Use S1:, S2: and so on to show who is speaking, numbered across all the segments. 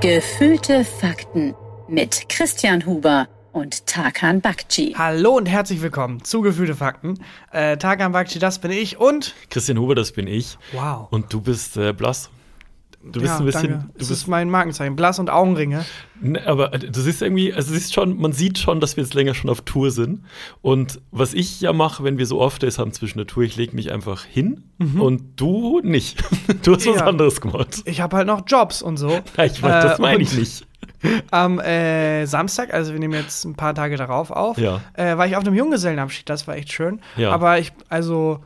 S1: Gefühlte Fakten mit Christian Huber und Tarkan Bakci.
S2: Hallo und herzlich willkommen zu Gefühlte Fakten. Äh, Tarkan Bakci, das bin ich und
S3: Christian Huber, das bin ich.
S2: Wow.
S3: Und du bist äh, blass. Du bist
S2: ja,
S3: ein bisschen.
S2: danke.
S3: Du
S2: das
S3: bist,
S2: ist mein Markenzeichen. Blass und Augenringe.
S3: N- aber äh, du siehst irgendwie, also du siehst schon, man sieht schon, dass wir jetzt länger schon auf Tour sind. Und was ich ja mache, wenn wir so Off-Days haben zwischen der Tour, ich lege mich einfach hin und du nicht. Du hast was
S2: Mhm. Ja.
S3: anderes gemacht.
S2: Ich habe halt noch Jobs und so.
S3: Ja, ich mein, das
S2: Äh,
S3: meine
S2: und
S3: ich nicht.
S2: Am äh, Samstag, also wir nehmen jetzt ein paar Tage darauf auf,
S3: Ja.
S2: äh, war ich auf einem Junggesellenabschied. Das war echt schön.
S3: Ja.
S2: Aber ich, also,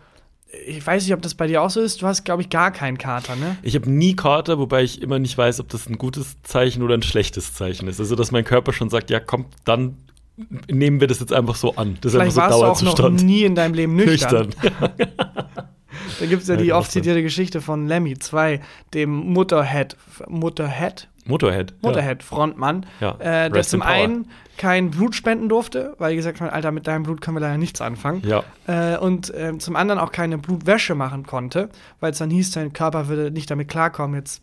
S2: ich weiß nicht, ob das bei dir auch so ist. Du hast, glaube ich, gar keinen Kater, ne?
S3: Ich habe nie Kater, wobei ich immer nicht weiß, ob das ein gutes Zeichen oder ein schlechtes Zeichen ist. Also, dass mein Körper schon sagt, ja, komm, dann nehmen wir das jetzt einfach so an. Das ist
S2: Vielleicht
S3: einfach
S2: warst
S3: so
S2: du auch noch
S3: Dauerzustand.
S2: nie in deinem Leben nüchtern.
S3: Nüchtern.
S2: Da gibt es ja
S3: Ja, genau.
S2: die
S3: kann auch
S2: oft zitierte Geschichte von Lemmy 2, dem Mutterhead, Mutterhead,
S3: Motorhead.
S2: Mutterhead Frontmann,
S3: Ja.
S2: äh, der
S3: Rest
S2: zum
S3: in Power.
S2: einen kein Blut spenden durfte, weil die gesagt haben, Alter, mit deinem Blut können wir leider nichts anfangen.
S3: Ja.
S2: Äh, und ähm, zum anderen auch keine Blutwäsche machen konnte, weil es dann hieß, dein Körper würde nicht damit klarkommen, jetzt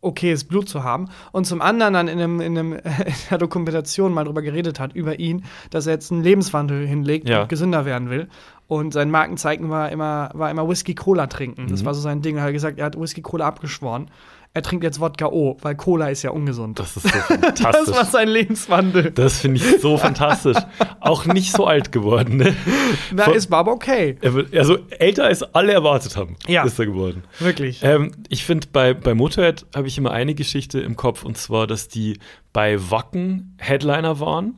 S2: okayes Blut zu haben. Und zum anderen dann in, einem, in, einem, in einer Dokumentation mal drüber geredet hat, über ihn, dass er jetzt einen Lebenswandel hinlegt
S3: Ja.
S2: und gesünder werden will. Und sein Markenzeichen war immer, war immer Whisky-Cola trinken.
S3: Mhm.
S2: Das war so sein Ding. Er hat gesagt, er hat Whisky-Cola abgeschworen. Er trinkt jetzt Wodka O, weil Cola ist ja ungesund.
S3: Das ist so
S2: Das
S3: fantastisch.
S2: war sein Lebenswandel.
S3: Das finde ich so fantastisch. Auch nicht so alt geworden. Ne?
S2: Da
S3: Von-
S2: ist Bob okay.
S3: Er wird- Also älter als alle erwartet haben,
S2: Ja.
S3: ist er geworden.
S2: Wirklich.
S3: Ähm, ich finde, bei, bei Motorhead habe ich immer eine Geschichte im Kopf, und zwar, dass die bei Wacken Headliner waren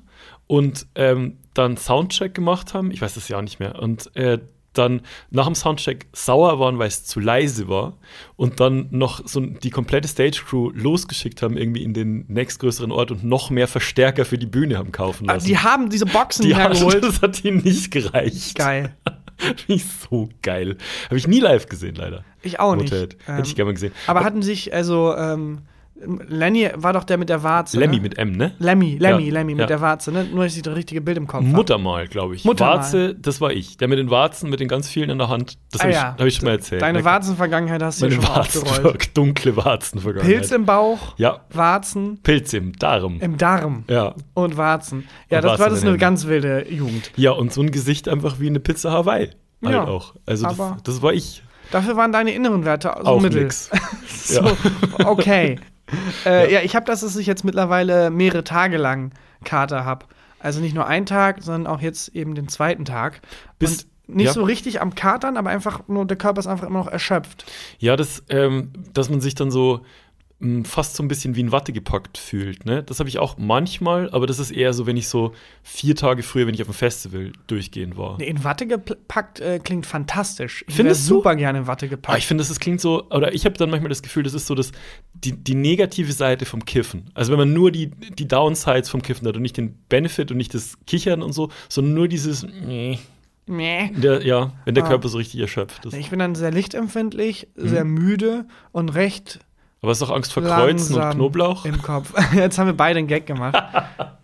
S3: und ähm, dann Soundcheck gemacht haben. Ich weiß das ja auch nicht mehr. Und äh, dann nach dem Soundcheck sauer waren, weil es zu leise war. Und dann noch so die komplette Stage-Crew losgeschickt haben, irgendwie in den nächstgrößeren Ort und noch mehr Verstärker für die Bühne haben kaufen
S2: Ah,
S3: lassen.
S2: die haben diese Boxen
S3: Die haben-
S2: hergeholt.
S3: das hat ihnen nicht gereicht.
S2: Geil.
S3: Finde ich so geil. Habe ich nie live gesehen, leider.
S2: Ich auch nicht.
S3: Motorhead.
S2: Ähm,
S3: Hätte ich gerne mal gesehen.
S2: Aber hatten sich, also, ähm, Lenny war doch der mit der Warze.
S3: Lemmy
S2: ne?
S3: mit M, ne?
S2: Lemmy, Lemmy,
S3: Ja,
S2: Lemmy mit
S3: ja.
S2: der Warze, ne? Nur, dass ich das richtige Bild im Kopf habe.
S3: Muttermal, glaube ich.
S2: Muttermal.
S3: Warze, das war ich. Der mit den Warzen, mit den ganz vielen in der Hand. Das habe ich, hab ich schon mal erzählt.
S2: Ah Deine
S3: Ne?
S2: Warzenvergangenheit hast du hier
S3: Meine
S2: schon mal aufgerollt.
S3: Warzen, dunkle Warzen vergangen.
S2: Pilz im Bauch,
S3: Ja,
S2: Warzen
S3: Pilz im Darm.
S2: im Darm
S3: Ja.
S2: und Warzen. Ja,
S3: Und
S2: das war
S3: Warzen
S2: das
S3: in
S2: eine
S3: den-
S2: ganz wilde Jugend.
S3: Ja, und so ein Gesicht einfach wie eine Pizza Hawaii. Halt
S2: Ja,
S3: auch. Also,
S2: aber-
S3: das, das war ich.
S2: Dafür waren deine inneren Werte so
S3: auch
S2: mittel.
S3: nix.
S2: So,
S3: Ja.
S2: okay. äh, ja. ich habe das, dass ich jetzt mittlerweile mehrere Tage lang Kater habe. Also nicht nur einen Tag, sondern auch jetzt eben den zweiten Tag.
S3: Bist-
S2: Und nicht
S3: ja.
S2: so richtig am Katern, aber einfach nur, der Körper ist einfach immer noch erschöpft.
S3: Ja, das, ähm, dass man sich dann so mh, fast so ein bisschen wie in Watte gepackt fühlt. Ne? Das habe ich auch manchmal, aber das ist eher so, wenn ich so vier Tage früher, wenn ich auf dem Festival durchgehend war.
S2: Nee, in Watte gepackt äh, klingt fantastisch. Ich
S3: Findest
S2: wär
S3: du?
S2: super gerne in Watte
S3: Aber
S2: gepackt.
S3: Ah, ich finde, das, das klingt so, oder ich habe dann manchmal das Gefühl, das ist so das, die, die negative Seite vom Kiffen. Also wenn man nur die, die Downsides vom Kiffen hat und nicht den Benefit und nicht das Kichern und so, sondern nur dieses, nee,
S2: Mäh.
S3: der, ja, wenn der
S2: Ah.
S3: Körper so richtig erschöpft ist.
S2: ich bin dann sehr lichtempfindlich,
S3: Mhm.
S2: sehr müde und recht
S3: Aber es ist auch Angst vor Kreuzen und
S2: langsam
S3: Knoblauch.
S2: im Kopf. Jetzt haben wir beide einen Gag gemacht.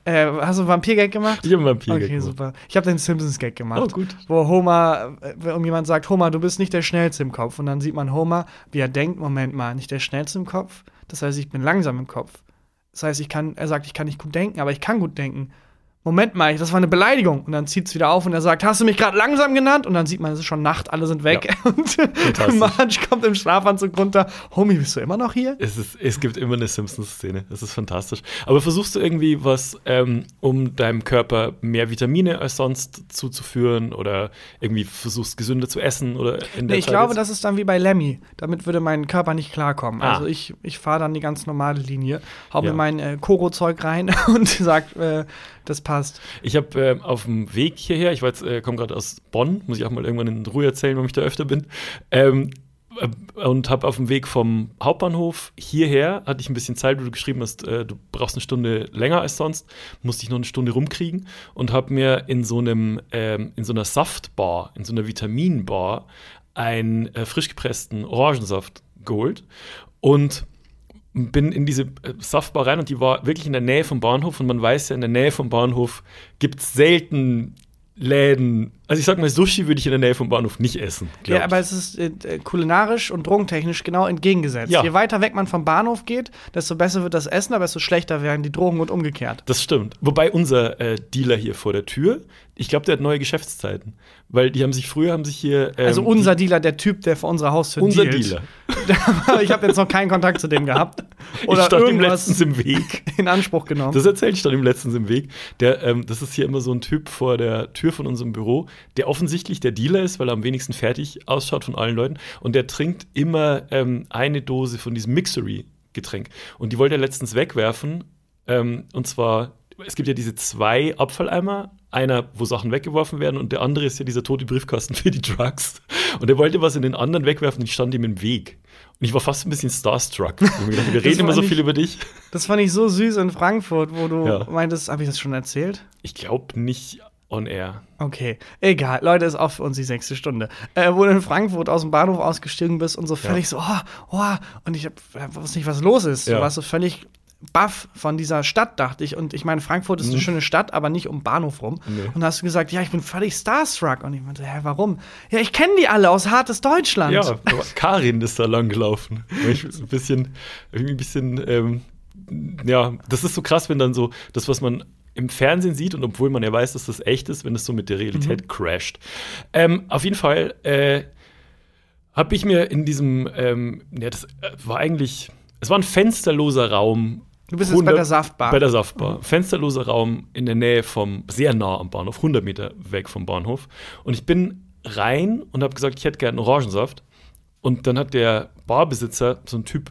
S2: äh, hast du einen Vampir-Gag gemacht?
S3: Ich habe Vampir
S2: okay, super. Ich habe den Simpsons-Gag gemacht.
S3: Oh, gut.
S2: Wo Homer, äh, wenn jemand sagt, Homer, du bist nicht der Schnellste im Kopf. Und dann sieht man Homer, wie er denkt, Moment mal, nicht der Schnellste im Kopf. Das heißt, ich bin langsam im Kopf. Das heißt, ich kann, er sagt, ich kann nicht gut denken, aber ich kann gut denken. Moment mal, ich- das war eine Beleidigung. Und dann zieht es wieder auf und er sagt, hast du mich gerade langsam genannt? Und dann sieht man, es ist schon Nacht, alle sind weg. Und
S3: Fantastisch.
S2: Marge kommt im Schlafanzug runter. Homie, bist du immer noch hier?
S3: Es, ist, es gibt immer eine Simpsons-Szene. Das ist fantastisch. Aber versuchst du irgendwie was, ähm, um deinem Körper mehr Vitamine als sonst zuzuführen oder irgendwie versuchst gesünder zu essen oder in der
S2: Nee, ich
S3: Zeit
S2: glaube,
S3: jetzt-
S2: das ist dann wie bei Lemmy. Damit würde mein Körper nicht klarkommen.
S3: Ah.
S2: Also ich, ich fahre dann die ganz normale Linie, hau
S3: Ja.
S2: mir mein äh, Koro-Zeug rein und sag, äh, das passt.
S3: Ich habe ähm, auf dem Weg hierher, ich war jetzt, äh, komme gerade aus Bonn, muss ich auch mal irgendwann in Ruhe erzählen, warum ich da öfter bin. Ähm, äh, und habe auf dem Weg vom Hauptbahnhof hierher, hatte ich ein bisschen Zeit, wo du geschrieben hast, äh, du brauchst eine Stunde länger als sonst, musste ich noch eine Stunde rumkriegen und habe mir in so einem, ähm, in so einer Saftbar, in so einer Vitaminbar einen äh, frisch gepressten Orangensaft geholt und bin in diese äh, Saftbar rein und die war wirklich in der Nähe vom Bahnhof und man weiß ja, in der Nähe vom Bahnhof gibt es selten Läden, Also ich sag mal, Sushi würde ich in der Nähe vom Bahnhof nicht essen. glaub
S2: Ja, aber
S3: ich.
S2: es ist äh, kulinarisch und drogentechnisch genau entgegengesetzt.
S3: Ja.
S2: Je weiter weg man vom Bahnhof geht, desto besser wird das Essen, aber desto schlechter werden die Drogen und umgekehrt.
S3: das stimmt. Wobei unser äh, Dealer hier vor der Tür, ich glaube, der hat neue Geschäftszeiten. Weil die haben sich früher, haben sich hier. ähm,
S2: Also unser Dealer, der Typ, der vor unserer Haustür
S3: unser
S2: dealt.
S3: Dealer.
S2: ich habe jetzt noch keinen Kontakt zu dem gehabt
S3: ich
S2: oder
S3: stand ihm
S2: irgendwas
S3: letztens im Weg.
S2: in Anspruch genommen.
S3: Das erzähle ich stand ihm letztens im Weg. Der, ähm, das ist hier immer so ein Typ vor der Tür von unserem Büro, der offensichtlich der Dealer ist, weil er am wenigsten fertig ausschaut von allen Leuten. Und der trinkt immer ähm, eine Dose von diesem Mixery-Getränk. Und die wollte er letztens wegwerfen. Ähm, und zwar, es gibt ja diese zwei Abfalleimer. Einer, wo Sachen weggeworfen werden, und der andere ist ja dieser tote Briefkasten für die Drugs. Und er wollte was in den anderen wegwerfen, und ich stand ihm im Weg. Und ich war fast ein bisschen starstruck. Ich hab mir gedacht, Wir
S2: Das
S3: reden immer
S2: war
S3: so
S2: nicht-
S3: viel über dich.
S2: Das fand ich so süß in Frankfurt, wo du
S3: Ja.
S2: meintest, habe ich das schon erzählt?
S3: Ich glaube nicht on air.
S2: Okay, egal. Leute, ist auch für uns die sechste Stunde. Äh, wo du in Frankfurt aus dem Bahnhof ausgestiegen bist und so völlig so, oh, oh, und ich hab, äh, wusste nicht, was los ist.
S3: Ja.
S2: Du warst so völlig baff von dieser Stadt, dachte ich. Und ich meine, Frankfurt ist eine schöne Stadt, aber nicht um Bahnhof rum.
S3: Mhm. Nee.
S2: Und da hast du gesagt, ja, ich bin völlig starstruck. Und ich meinte, hä, warum? Ja, ich kenne die alle aus hartes Deutschland.
S3: Ja, aber Karin ist da lang gelaufen. Ich so ein bisschen, irgendwie ein bisschen, ähm, ja, das ist so krass, wenn dann so das, was man im Fernsehen sieht und obwohl man ja weiß, dass das echt ist, wenn das so mit der Realität crasht. Ähm, auf jeden Fall äh, habe ich mir in diesem, ähm, ja, das äh, war eigentlich, es war ein fensterloser Raum.
S2: Du bist jetzt bei der Saftbar.
S3: Bei der Saftbar. Fensterloser Raum in der Nähe vom, sehr nah am Bahnhof, 100 Meter weg vom Bahnhof. Und ich bin rein und habe gesagt, ich hätte gerne Orangensaft. Und dann hat der Barbesitzer, so ein Typ,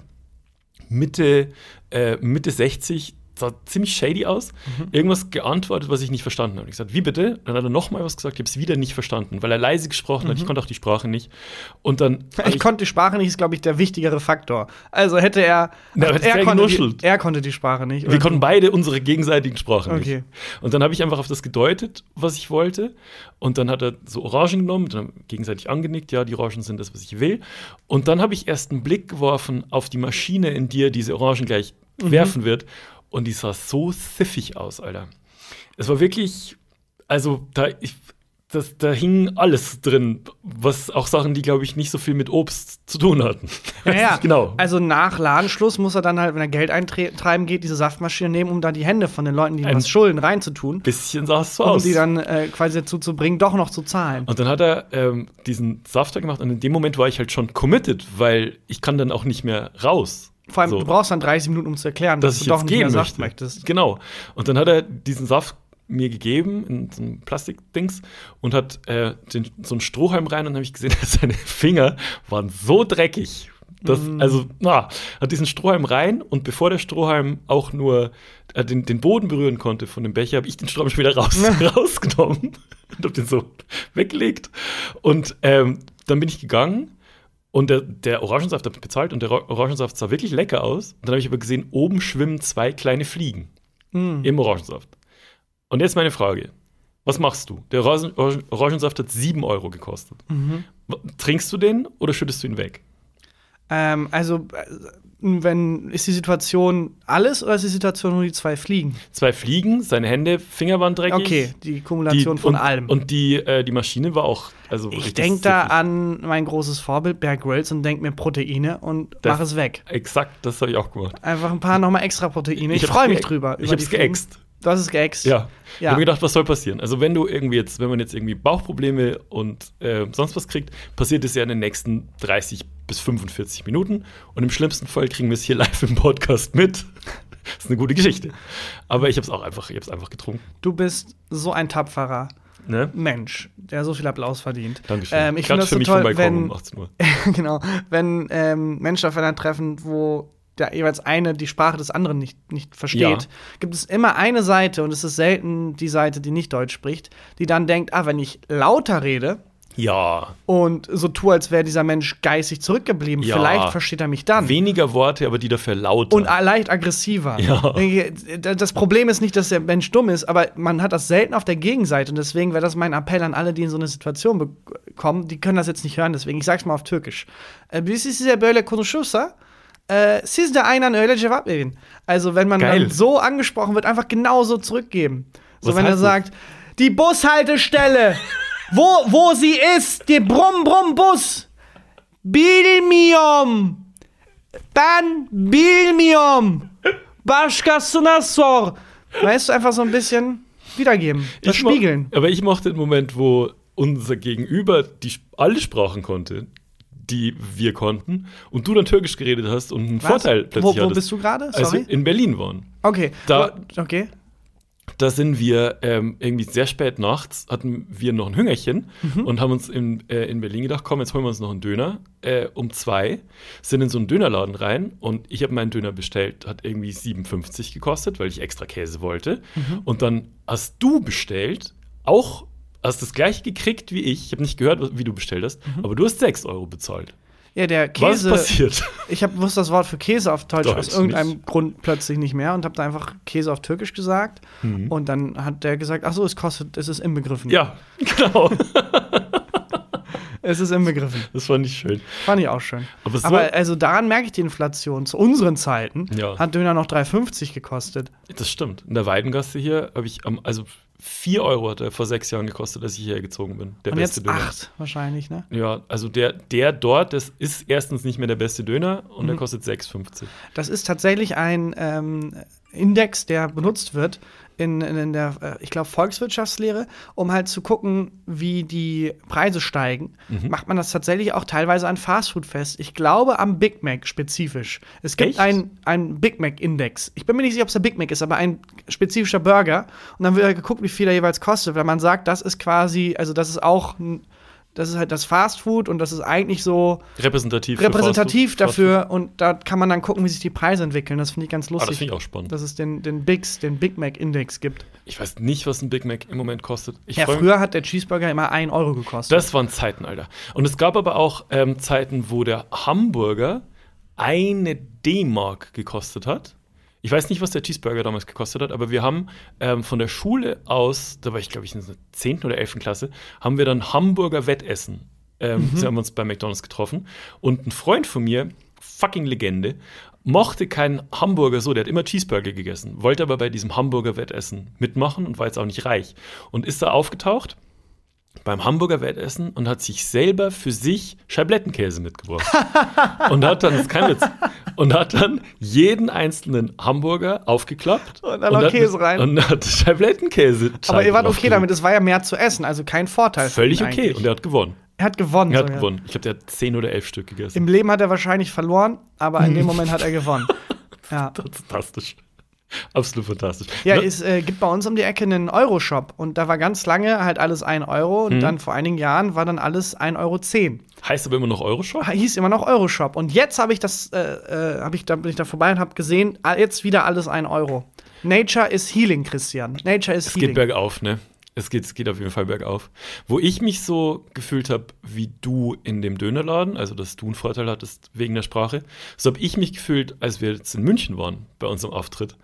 S3: Mitte, äh, Mitte 60, sah ziemlich shady aus, irgendwas geantwortet, was ich nicht verstanden habe. Ich gesagt, wie bitte? Dann hat er nochmal was gesagt, ich habe es wieder nicht verstanden, weil er leise gesprochen hat, ich konnte auch die Sprache nicht. Und dann.
S2: Ich konnte die Sprache nicht, ist, glaube ich, der wichtigere Faktor. Also hätte er.
S3: Na, hätte
S2: er,
S3: er
S2: konnte die,
S3: genuschelt.
S2: er konnte die Sprache nicht.
S3: Wir konnten beide unsere gegenseitigen Sprachen
S2: Okay.
S3: nicht. Und dann habe ich einfach auf das gedeutet, was ich wollte. Und dann hat er so Orangen genommen, dann haben wir gegenseitig angenickt, ja, die Orangen sind das, was ich will. Und dann habe ich erst einen Blick geworfen auf die Maschine, in die er diese Orangen gleich
S2: Mhm.
S3: werfen wird. Und die sah so siffig aus, Alter. Es war wirklich, also da, ich, das, da hing alles drin, was auch Sachen, die, glaube ich, nicht so viel mit Obst zu tun hatten.
S2: Ja, ja.
S3: genau.
S2: Also nach Ladenschluss muss er dann halt, wenn er Geld eintreiben geht, diese Saftmaschine nehmen, um dann die Hände von den Leuten, die ihm
S3: Ein-
S2: was schulden, reinzutun,
S3: bisschen sah es so
S2: um
S3: aus.
S2: die dann äh, quasi dazu zu bringen, doch noch zu zahlen.
S3: Und dann hat er ähm, diesen Safter gemacht und in dem Moment war ich halt schon committed, weil ich kann dann auch nicht mehr raus.
S2: Vor allem,
S3: so,
S2: du brauchst dann 30 Minuten, um zu erklären, dass,
S3: dass ich
S2: du doch
S3: jetzt
S2: nicht
S3: gehen
S2: mehr Saft
S3: möchte.
S2: möchtest.
S3: Genau. Und dann hat er diesen Saft mir gegeben in so einem Plastikdings und hat äh, den, so einen Strohhalm rein und habe ich gesehen, dass seine Finger waren so dreckig. Das,
S2: Mm.
S3: Also, na, hat diesen Strohhalm rein und bevor der Strohhalm auch nur äh, den, den Boden berühren konnte von dem Becher, habe ich den Strohhalm schon wieder raus, rausgenommen und habe den so weggelegt. Und ähm, dann bin ich gegangen und der, der Orangensaft habe ich bezahlt und der Ro- Orangensaft sah wirklich lecker aus. Und dann habe ich aber gesehen, oben schwimmen zwei kleine Fliegen
S2: Hm.
S3: im Orangensaft. Und jetzt meine Frage: Was machst du? Der Orangen- Orangen- Orangensaft hat 7 Euro gekostet.
S2: Mhm.
S3: W- Trinkst du den oder schüttest du ihn weg?
S2: Ähm, also, äh, wenn, ist die Situation alles oder ist die Situation nur die zwei Fliegen?
S3: Zwei Fliegen, seine Hände, Finger waren dreckig.
S2: Okay, die
S3: Die,
S2: Kumulation
S3: und,
S2: von allem.
S3: Und die, äh, die Maschine war auch. Also
S2: ich
S3: richtig
S2: denke da
S3: siffig.
S2: an mein großes Vorbild, Bear Grylls, und denke mir Proteine und
S3: Das-
S2: mach es weg.
S3: Exakt, das habe ich auch gemacht.
S2: Einfach ein paar nochmal extra Proteine. Ich,
S3: hab's
S2: freue mich
S3: geex-
S2: drüber.
S3: Ich
S2: über
S3: habe
S2: die
S3: es
S2: Fliegen.
S3: geäxt.
S2: Du hast es geäxt.
S3: Ja. Ich
S2: Ja.
S3: habe mir gedacht, was soll passieren? Also, wenn du irgendwie jetzt, wenn man jetzt irgendwie Bauchprobleme und äh, sonst was kriegt, passiert es ja in den nächsten 30 bis 45 Minuten. Und im schlimmsten Fall kriegen wir es hier live im Podcast mit. Das ist eine gute Geschichte. Aber ich habe es auch einfach, ich habe es einfach getrunken.
S2: Du bist so ein tapferer
S3: Ne?
S2: Mensch, der so viel Applaus verdient.
S3: Dankeschön.
S2: Ähm, ich finde
S3: Klatsch
S2: das so
S3: für mich
S2: toll,
S3: vom Balkon
S2: wenn,
S3: um 18 Uhr.
S2: genau, wenn ähm, Menschen aufeinander treffen, wo der jeweils eine die Sprache des anderen nicht, nicht versteht,
S3: Ja.
S2: gibt es immer eine Seite, und es ist selten die Seite, die nicht Deutsch spricht, die dann denkt, ah, wenn ich lauter rede
S3: Ja.
S2: und so tue, als wäre dieser Mensch geistig zurückgeblieben,
S3: Ja.
S2: vielleicht versteht er mich dann.
S3: Weniger Worte, aber die dafür lauter.
S2: Und leicht aggressiver. Äh,
S3: Ja.
S2: Das Problem ist nicht, dass der Mensch dumm ist, aber man hat das selten auf der Gegenseite. Und deswegen wäre das mein Appell an alle, die in so eine Situation be- kommen. Die können das jetzt nicht hören, deswegen ich sag's mal auf Türkisch. Äh, Biz size böyle konuşursa, äh, siz de aynen öyle cevap verin. Also, wenn man
S3: Geil.
S2: dann so angesprochen wird, einfach genauso zurückgeben. So,
S3: Was
S2: wenn er
S3: heißt das?
S2: sagt, die Bushaltestelle! Wo, wo sie ist, die Brumm Brumm Bus. Bilmium. Dann Bilmium. Baschkasunasor. Weißt du, einfach so ein bisschen wiedergeben, das
S3: mo-
S2: Spiegeln.
S3: Aber ich mochte den Moment, wo unser Gegenüber die, Sp- alle Sprachen konnte, die wir konnten, und du dann Türkisch geredet hast und einen
S2: Was?
S3: Vorteil plötzlich
S2: Wo, wo
S3: hattest.
S2: bist du gerade?
S3: als
S2: Sorry.
S3: wir in Berlin waren.
S2: okay.
S3: da-
S2: okay.
S3: Da sind wir ähm, irgendwie sehr spät nachts, hatten wir noch ein Hüngerchen und haben uns in, äh, in Berlin gedacht, komm, jetzt holen wir uns noch einen Döner. Äh, um zwei sind in so einen Dönerladen rein und ich habe meinen Döner bestellt, hat irgendwie 57 gekostet, weil ich extra Käse wollte. Und dann hast du bestellt, auch hast das gleiche gekriegt wie ich. Ich habe nicht gehört, was- wie du bestellt hast, aber du hast 6 Euro bezahlt.
S2: Ja, der
S3: Was ist
S2: Käse.
S3: passiert?
S2: Ich hab, wusste das Wort für Käse auf Deutsch
S3: Deutsch
S2: aus irgendeinem Grund plötzlich nicht mehr und habe da einfach Käse auf Türkisch gesagt. Und dann hat der gesagt, ach so, es kostet, es ist inbegriffen.
S3: Mhm. ja, genau.
S2: Es ist inbegriffen.
S3: Das fand ich schön.
S2: Fand ich auch schön.
S3: Aber so-
S2: also daran merke ich die Inflation. Zu unseren Zeiten
S3: Ja.
S2: hat Döner noch 3,50 gekostet.
S3: Das stimmt. In der Weidengasse hier habe ich am, also 4 Euro hat er vor sechs Jahren gekostet, als ich hierher gezogen bin. Der
S2: und
S3: beste
S2: jetzt
S3: Döner.
S2: 8 wahrscheinlich, ne?
S3: Ja, also der, der dort, das ist erstens nicht mehr der beste Döner und
S2: Mhm.
S3: der kostet 6,50.
S2: Das ist tatsächlich ein ähm, Index, der benutzt wird in, in, in der, äh, ich glaube, Volkswirtschaftslehre, um halt zu gucken, wie die Preise steigen. Macht man das tatsächlich auch teilweise an Fastfood fest. Ich glaube am Big Mac spezifisch. Es gibt
S3: Echt?
S2: einen einen Big Mac-Index. Ich bin mir nicht sicher, ob es der Big Mac ist, aber ein spezifischer Burger. Und dann wird halt geguckt, wie viel er jeweils kostet, weil man sagt, das ist quasi, also das ist auch ein. Das ist halt das Fastfood und das ist eigentlich so
S3: Repräsentativ. für
S2: repräsentativ
S3: Fast Food- Fast Food.
S2: dafür und da kann man dann gucken, wie sich die Preise entwickeln. Das finde ich ganz
S3: Ah,
S2: lustig.
S3: das finde ich auch spannend.
S2: dass es den, den Bigs, den Big Mac Index gibt.
S3: Ich weiß nicht, was ein Big Mac im Moment kostet. Ich
S2: Ja,
S3: freu-
S2: früher hat der Cheeseburger immer 1 Euro gekostet.
S3: Das waren Zeiten, Alter. Und es gab aber auch ähm, Zeiten, wo der Hamburger eine D-Mark gekostet hat. Ich weiß nicht, was der Cheeseburger damals gekostet hat, aber wir haben ähm, von der Schule aus, da war ich glaube ich in der 10. oder 11. Klasse, haben wir dann Hamburger Wettessen. Ähm, so haben wir uns bei McDonalds getroffen. Und ein Freund von mir, fucking Legende, mochte keinen Hamburger so, der hat immer Cheeseburger gegessen, wollte aber bei diesem Hamburger Wettessen mitmachen und war jetzt auch nicht reich. Und ist da aufgetaucht beim Hamburger Wettessen und hat sich selber für sich Scheiblettenkäse mitgebracht. und hat dann, das ist kein Witz, und hat dann jeden einzelnen Hamburger aufgeklappt.
S2: Und dann noch
S3: hat
S2: Käse
S3: mit-
S2: rein.
S3: Und hat Scheiblettenkäse.
S2: Aber ihr wart okay
S3: draufgelegt.
S2: damit, es war ja mehr zu essen, also kein Vorteil. für
S3: halt Völlig
S2: ihn
S3: okay.
S2: eigentlich.
S3: Und er hat gewonnen.
S2: Er hat gewonnen.
S3: Er hat
S2: so, ja.
S3: gewonnen. Ich glaube, der hat 10 oder 11 Stück gegessen.
S2: Im Leben hat er wahrscheinlich verloren, aber in dem Moment hat er gewonnen. Ja.
S3: Fantastisch. Absolut fantastisch. Ne?
S2: Ja,
S3: Na,
S2: es äh, gibt bei uns um die Ecke einen Euro-Shop und da war ganz lange halt alles 1 Euro
S3: Mhm.
S2: und dann vor einigen Jahren war dann alles 1,10 Euro.
S3: heißt aber immer noch Euroshop?
S2: hieß immer noch Euroshop. Und jetzt habe ich das, äh, äh, hab ich, da bin ich da vorbei und habe gesehen, ah, jetzt wieder alles ein Euro. Nature is healing, Christian. Nature is
S3: Es geht
S2: healing.
S3: bergauf, ne? Es geht, es geht auf jeden Fall bergauf. Wo ich mich so gefühlt habe, wie du in dem Dönerladen, also dass du einen Vorteil hattest wegen der Sprache, so habe ich mich gefühlt, als wir jetzt in München waren bei unserem Auftritt.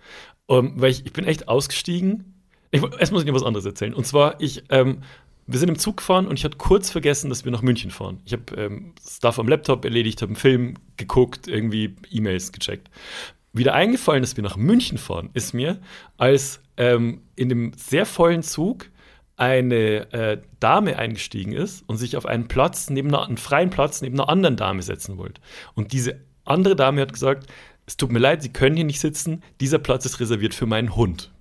S3: Ähm, weil ich, ich bin echt ausgestiegen. Ich, erst muss ich dir was anderes erzählen. Und zwar, ich, ähm, wir sind im Zug gefahren und ich hatte kurz vergessen, dass wir nach München fahren. Ich habe ähm, Stuff am Laptop erledigt, habe einen Film geguckt, irgendwie E-Mails gecheckt wieder eingefallen, dass wir nach München fahren, ist mir, als ähm, in dem sehr vollen Zug eine äh, Dame eingestiegen ist und sich auf einen Platz neben einer, einen freien Platz neben einer anderen Dame setzen wollte. Und diese andere Dame hat gesagt, es tut mir leid, Sie können hier nicht sitzen, dieser Platz ist reserviert für meinen Hund.